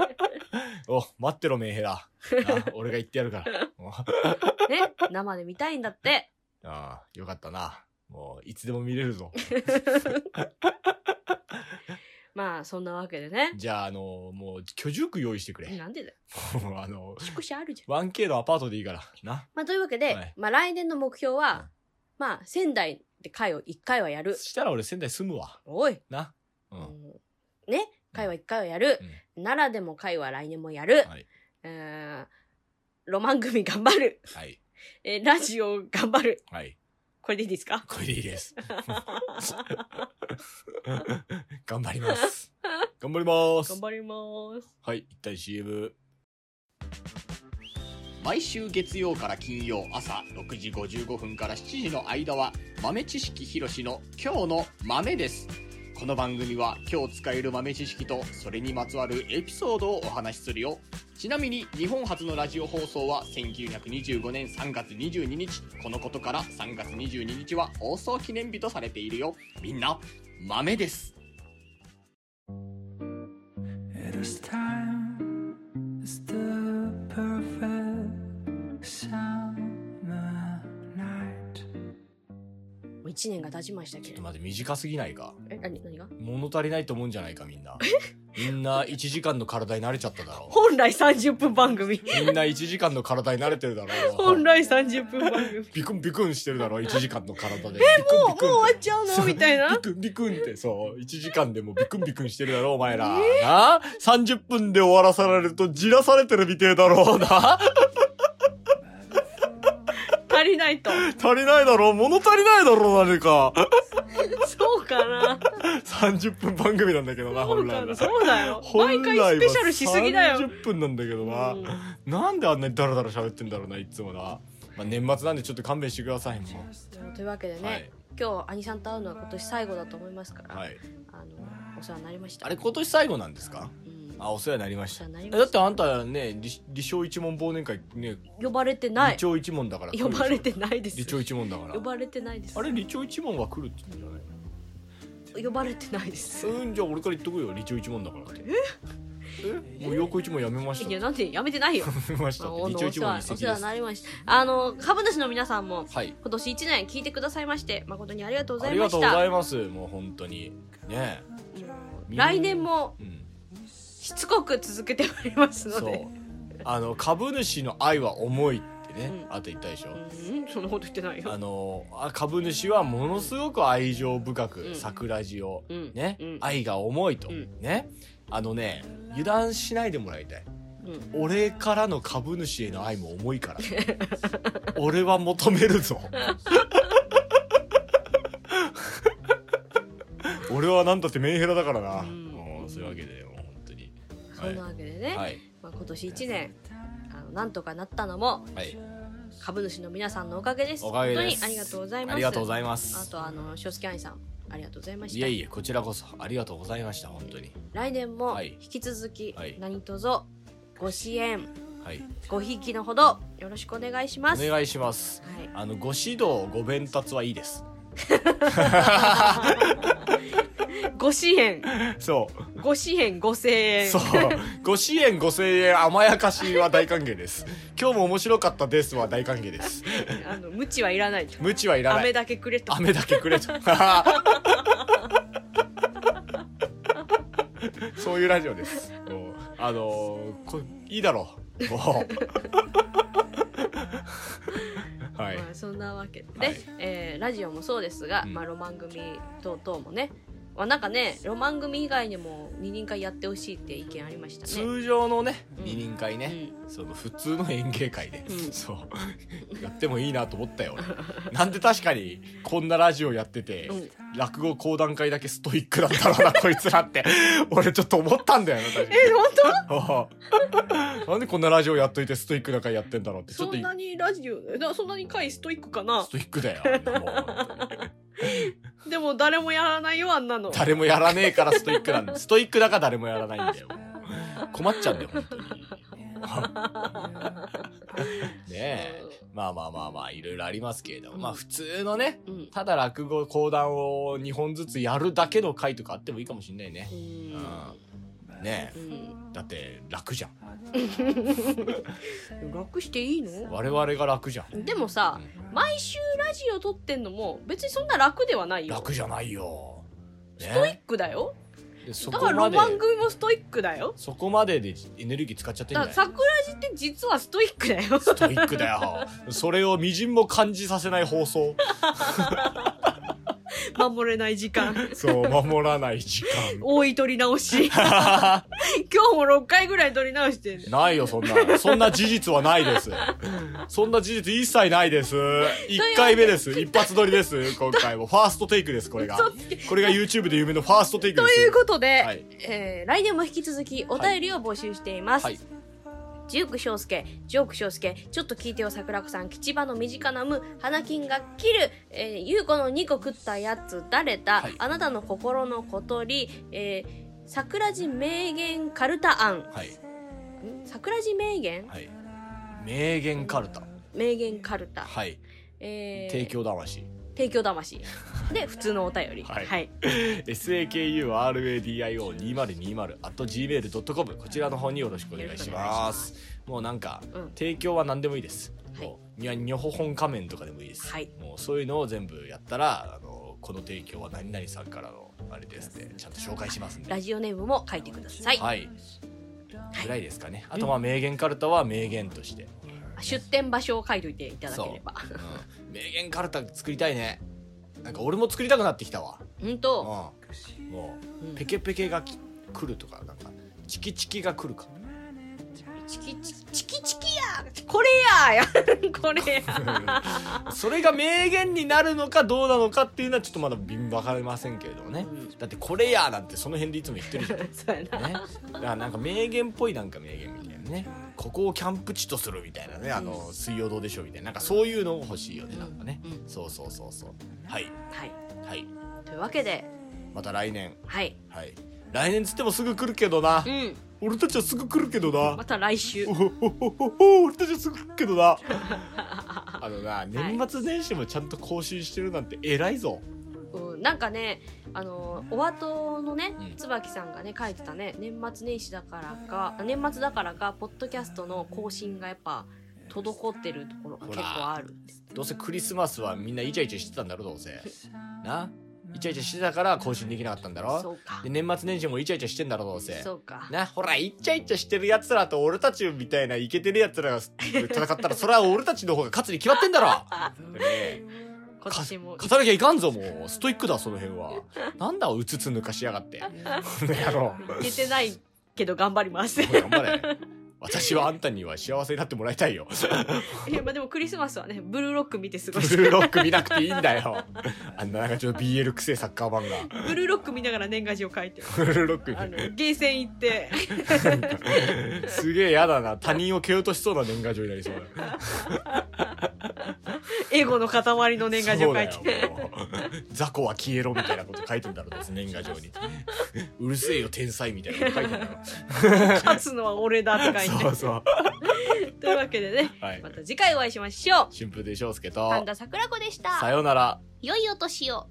Speaker 1: お、待ってろ、メン
Speaker 5: [laughs]
Speaker 1: ヘラ。な俺が言ってやるから。もう
Speaker 2: ね生で見たいんだって。
Speaker 1: ああ、よかったな。もう、いつでも見れるぞ。
Speaker 2: まあ、そんなわけでね。
Speaker 1: じゃあ、あの、もう、居住区用意してくれ。
Speaker 2: なんでだよ。
Speaker 1: もうあの、
Speaker 2: 引っ越しあるじゃん。
Speaker 1: 1K のアパートでいいから。な。
Speaker 2: まあ、というわけで、
Speaker 1: はい
Speaker 2: まあ、来年の目標
Speaker 1: うん
Speaker 2: は、まあ、仙台で会を1回はや
Speaker 1: そ
Speaker 2: る。
Speaker 1: したら俺仙台住むわ。
Speaker 2: おい。
Speaker 1: な。うん。
Speaker 2: うんね。会は1回はやる。奈良でも会は来年もやる。
Speaker 1: はい
Speaker 2: えーロマン組頑張る。
Speaker 1: はい。
Speaker 2: えーラジオ頑張る。
Speaker 1: はい。
Speaker 5: これでいいですか
Speaker 1: これでい
Speaker 5: [laughs]
Speaker 1: いです。頑張ります。頑張ります
Speaker 5: 頑。張ります。
Speaker 1: はい、一旦 CM。
Speaker 6: 毎週月曜から金曜朝6時55分から7時の間は豆知識ひろしの今日の豆ですこの番組は今日使える豆知識とそれにまつわるエピソードをお話しするよちなみに日本初のラジオ放送は1925年3月22日このことから3月22日は放送記念日とされているよみんな豆です
Speaker 7: It is time, it's the perfect summer night.
Speaker 2: もう1年が経ちましたけ
Speaker 1: ちょっ
Speaker 2: れ
Speaker 1: と
Speaker 2: ど。
Speaker 1: 待って、短すぎないか。
Speaker 2: え、何、何が
Speaker 1: 物足りないと思うんじゃないか、みんな。みんな1時間の体に慣れちゃっただろ
Speaker 5: 本来30分番組。
Speaker 1: う。みんな1時間の体に慣れてるだろう。
Speaker 5: 本来30分番組。
Speaker 1: ビクンビクンしてるだろ、1時間の体で。え、も
Speaker 5: もう、もう終わっちゃうのみたいな
Speaker 1: ビ。クンビクンって、そう。1時間でもうビクンビクンしてるだろ、お前ら。なあ ?30 分で終わらされると、じらされてるみてえだろうな。
Speaker 5: 足りないと。
Speaker 1: 足りないだろう、物足りないだろう、何か。
Speaker 5: そうかな。
Speaker 1: 30分番組なんだけどな、
Speaker 5: そ
Speaker 1: 本
Speaker 5: うか
Speaker 1: 来
Speaker 5: な。
Speaker 1: は。
Speaker 5: そうだよ。毎
Speaker 1: 本来は
Speaker 5: 回スペシャルしすぎだよ。
Speaker 1: 30分なんだけどな。
Speaker 5: うん
Speaker 1: なんであんなにダラダラ喋ってんだろうな、いつもな。まあ、年末なんでちょっと勘弁してください、も
Speaker 2: というわけでね、
Speaker 1: う。はい。
Speaker 2: 今日、兄さんと会うのは今年最後だと思いますから、
Speaker 1: はい。
Speaker 2: あの、お世話になりました。
Speaker 1: あれ、今年最後なんですか
Speaker 2: うん、
Speaker 1: あ、お世話になりま
Speaker 2: お
Speaker 1: し
Speaker 2: 世
Speaker 1: た
Speaker 2: 話。になり
Speaker 1: え
Speaker 2: ま
Speaker 1: だっ
Speaker 2: して
Speaker 1: あんたね、理理想一問忘年会ね、
Speaker 2: た。呼ばれてな
Speaker 1: 理
Speaker 2: い。
Speaker 1: 長一問だから。
Speaker 5: 呼ばれてないです
Speaker 1: 理。長一問だから
Speaker 2: 呼。ばれてないです
Speaker 1: あ。れ、理長一問は来るって言うんじゃない
Speaker 2: 呼ばれてないです。
Speaker 1: うん、じゃあ俺から言っとくよ、理長一問だからって。えもう横一もやめました
Speaker 2: いや、なんでやめ
Speaker 1: [laughs]
Speaker 2: てないよ。
Speaker 1: やめました
Speaker 2: あ
Speaker 1: って
Speaker 2: お
Speaker 1: 一応一
Speaker 2: 世
Speaker 1: 問
Speaker 2: 話
Speaker 1: に
Speaker 2: お
Speaker 1: 席です
Speaker 2: 世話に
Speaker 1: は
Speaker 2: なりました。あの、株主の皆さんも、
Speaker 1: い
Speaker 2: 今年1年聞いてくださいまして、誠にありがとうご
Speaker 1: あ
Speaker 2: ざ
Speaker 1: り
Speaker 2: い
Speaker 1: が
Speaker 2: ま
Speaker 1: とう
Speaker 2: し
Speaker 1: ござ
Speaker 2: た。
Speaker 1: いますもう本当にねえ
Speaker 2: 来年も
Speaker 1: うん
Speaker 2: しつこく続けておりますの
Speaker 1: そ
Speaker 2: で
Speaker 1: う。あの株主の愛は重いってね、
Speaker 2: う
Speaker 1: あと言ったでしょ、
Speaker 2: うん、そんなこと言ってない
Speaker 1: あ
Speaker 2: よ。
Speaker 1: のあ株主はものすごく愛情深く、
Speaker 2: うん
Speaker 1: 桜地を、
Speaker 2: うん
Speaker 1: ね、
Speaker 2: うん
Speaker 1: 愛が重いと、
Speaker 2: うん
Speaker 1: ねあのね油断しないでもらいたい
Speaker 2: うん
Speaker 1: 俺からの株主への愛も重い
Speaker 2: [laughs]
Speaker 1: から俺は求めるぞ俺はなんだってメンヘラだからな、
Speaker 2: うん
Speaker 1: うんそういうわけでもう本当に
Speaker 2: そんなわけでね、
Speaker 1: はい
Speaker 2: まあ、今年1年、あの、なんとかなったのも、
Speaker 1: はい
Speaker 2: 株主の皆さんのおかげです。
Speaker 1: おかげです
Speaker 2: 本当にありがとうございます。
Speaker 1: ありがとうご
Speaker 2: い
Speaker 1: ざいま
Speaker 2: ますあと、あの、ショスキャインさん、ありがとうございました。
Speaker 1: いえいえこちらこそありがとうございました本当に
Speaker 2: 来年も
Speaker 1: はい
Speaker 2: 引き続き
Speaker 1: はい
Speaker 2: 何卒ご支援
Speaker 1: はい
Speaker 2: ごひいきのほどよろしくお願いしま
Speaker 1: お
Speaker 2: す。
Speaker 1: 願いします
Speaker 2: はい
Speaker 1: あのご指導ご鞭達はいいです
Speaker 2: ご支援、
Speaker 1: そう
Speaker 2: ご支援、ご声援
Speaker 1: そうご支援ご声援甘やかしは大歓迎
Speaker 2: [laughs]
Speaker 1: です今日も面白かったですは大歓迎です
Speaker 2: あの、無知はいらないと。
Speaker 1: 無知はいらな
Speaker 2: 飴
Speaker 1: い
Speaker 2: だけくれと。
Speaker 1: 飴だけくれと [laughs] そういうラジオですもうあのーこいいだろう
Speaker 2: [laughs]
Speaker 1: もうはい
Speaker 2: まあ、そんなわけで、
Speaker 1: はい
Speaker 2: えーラジオもそうですが、
Speaker 1: うん
Speaker 2: まあ、ロマン組等々もね、まあ、なんかね、ロマン組以外にも二人会やってほしいって意見ありましたね。
Speaker 1: 通常のね
Speaker 2: うん
Speaker 1: 二人会ね、その普通の演芸会で、
Speaker 2: うん
Speaker 1: そうやってもいいなと思ったよ
Speaker 2: [laughs]
Speaker 1: 俺なんで確かにこんなラジオやってて、
Speaker 2: うん
Speaker 1: 落語講談会だけストイックだったろうなこいつらって俺ちょっと思ったんだよな確かにえ本当 [laughs] なんでこんなラジオやっといてストイックな会やってんだろうってちょっ
Speaker 2: そ
Speaker 1: と
Speaker 2: んなにラジオ、だそんなに回ストイックかな
Speaker 1: ス。トイックだよもう本当に
Speaker 2: でも誰もやらないよ、あんなの。
Speaker 1: 誰もやらねえからストイックなんだよストイックだから誰もやらないんだよ困っちゃうんだよ本当にねえまあまあまあまあ、いろいろありますけれども、
Speaker 2: うん
Speaker 1: まあ普通のね、
Speaker 2: うん。うん
Speaker 1: ただ落語、講談を2本ずつやるだけの回とかあってもいいかもしんないね。うん。ね
Speaker 2: う
Speaker 1: え、
Speaker 2: ん
Speaker 1: だって楽じゃん。
Speaker 2: 楽していいの
Speaker 1: 我々が楽じゃん。
Speaker 2: でもさ、毎週ラジオ撮ってんのも別にそんな楽ではないよ
Speaker 1: 楽じゃないよ。ね、
Speaker 2: ストイックだよ
Speaker 1: でそ
Speaker 2: だ
Speaker 1: こ
Speaker 2: から
Speaker 1: ま
Speaker 2: ロ
Speaker 1: で
Speaker 2: マン組もストイックだよ
Speaker 1: そこまででエネルギー使っちゃってん
Speaker 2: だ
Speaker 1: じゃ
Speaker 2: か
Speaker 1: な
Speaker 2: ら
Speaker 1: い
Speaker 2: 桜地って実はストイックだよ
Speaker 1: ストイックだ
Speaker 2: [laughs]
Speaker 1: よ。それをみじんも感じさせない放送。
Speaker 2: 守れない時間
Speaker 1: [laughs] そう、守らない時間。
Speaker 2: 多い取り
Speaker 1: [laughs]
Speaker 2: 直し今日も6回ぐらい取り直してる
Speaker 1: ないよ、そんな。そんな事実はないです。そんな事実一切ないです。一回目です。一発撮りです。今回も。ファーストテイクです、これが。これが YouTube で有名のファーストテイク
Speaker 2: と
Speaker 1: で
Speaker 2: いう
Speaker 1: す。
Speaker 2: ことで、
Speaker 1: はい
Speaker 2: えー来年も引き続きお便りを募集しています、
Speaker 1: はい
Speaker 2: ジューク翔介、ジョーク翔介、ちょっと聞いてよ桜子さん、吉場の身近な無、花金が切る、えー、ゆうこの2個食ったやつ、誰だ、
Speaker 1: はい
Speaker 2: あなたの心の小鳥、えー、桜地名言カルタ案、
Speaker 1: はい。
Speaker 2: ん桜地名言
Speaker 1: はい。名言カルタ。
Speaker 2: 名言カルタ、
Speaker 1: はい。
Speaker 2: えー、
Speaker 1: 提供魂。
Speaker 2: 提供魂。で、普通のお便り。
Speaker 1: はい
Speaker 2: はい。
Speaker 1: sakuradio2020 at gmail.com こちらの方によろしくお願いします。もうなんか、
Speaker 2: うん
Speaker 1: 提供は何でもいいです。
Speaker 2: はい
Speaker 1: もうにゃにょほほん仮面とかでもいいです。
Speaker 2: はい
Speaker 1: もうそういうのを全部やったら、あの、この提供は何々さんからのあれですって、ちゃんと紹介しますんで。
Speaker 2: ラジオネームも書いてください。
Speaker 1: はい。ぐらいですかね。あとまあ名言カルタは名言として。
Speaker 2: 出店場所を書いといていただければ。
Speaker 1: うん、名言カルタ作りたいね。なんか俺も作りたくなってきたわ。
Speaker 2: うんと、
Speaker 1: うん。も
Speaker 2: う
Speaker 1: う、
Speaker 2: ん
Speaker 1: ペケペケがき来るとか、なんか、チキチキが来るか。
Speaker 2: チキチキ、チキチキやこれや [laughs] これや
Speaker 1: それが名言になるのかどうなのかっていうのはちょっとまだ分かりませんけれどもね。だってこれやなんてその辺でいつも言ってるじゃん。ね。
Speaker 2: そうやな。
Speaker 1: だからなんか名言っぽいなんか名言みたいなね。ここをキャンプ地とするみたいなね。あの、水曜どうでしょうみたいな。なんかそういうの欲しいよね。なんかね。そうそうそうそう。はい。
Speaker 2: はい。
Speaker 1: はい。
Speaker 2: というわけで、
Speaker 1: また来年。
Speaker 2: はい。
Speaker 1: はい。来年つってもすぐ来るけどな
Speaker 2: う。ん。
Speaker 1: 俺たちはすぐ来るけどな
Speaker 2: ま。た来週。
Speaker 1: お
Speaker 2: は
Speaker 1: ほほほほほ俺たちはすぐ来るけどな。あのな、年末年始もちゃんと更新してるなんて偉いぞ。
Speaker 2: いうん、なんかね、あの、お後のね
Speaker 1: うん、
Speaker 2: 椿さんがね、書いてたね、年末年始だからか、年末だからか、ポッドキャストの更新がやっぱ、滞ってるところが結構あるって。
Speaker 1: どうせクリスマスはみんなイチャイチャしてたんだろどうせなイチャイチャしてたから更新できなかったんだ
Speaker 2: そ
Speaker 1: ろ
Speaker 2: うか
Speaker 1: で。年末年始もイチャイチャしてんだろどうせ
Speaker 2: そうか。
Speaker 1: なほらイチャイチャしてるやつらと俺たちみたいなイケてるやつらが戦ったらそれは俺たちの方が勝つに決まってんだろねえ
Speaker 2: 今年も。
Speaker 1: 勝たなきゃいかんぞもうストイックだその辺はなんだうつつ抜かしやがってこの野郎
Speaker 2: いけてないけど頑張り
Speaker 1: [laughs]
Speaker 2: ます。い
Speaker 1: 頑張れ私はあんたには幸せになってもらいたいよ
Speaker 2: や、まあでもクリスマスはね、ブルーロック見て過
Speaker 1: ブ
Speaker 2: ごして
Speaker 1: ルーロック見なくていいんだよあんななんかちょっと BL くせえサッカー版が
Speaker 2: ブルーロック見ながら年賀状書いてる。
Speaker 1: ブルーロック
Speaker 2: あ
Speaker 1: に
Speaker 2: の、ゲーセン
Speaker 1: [laughs]
Speaker 2: 行って、
Speaker 1: すげえやだな他人を蹴落としそうな年賀状になりそうだ
Speaker 2: エゴの塊の年賀状書い
Speaker 1: そう
Speaker 2: て。
Speaker 1: だよもう雑魚は消えろみたいなこと書いてんだろう年賀状にうるせえよ天才みたいなこと書いてんだろ
Speaker 2: 勝つのは俺だって書い
Speaker 1: そうそう
Speaker 2: て。というわけでね、
Speaker 1: はい
Speaker 2: また次回お会いしましょう。
Speaker 1: 春風亭昇介と
Speaker 2: 神田桜子でした。
Speaker 1: さようなら
Speaker 2: 良いお年を。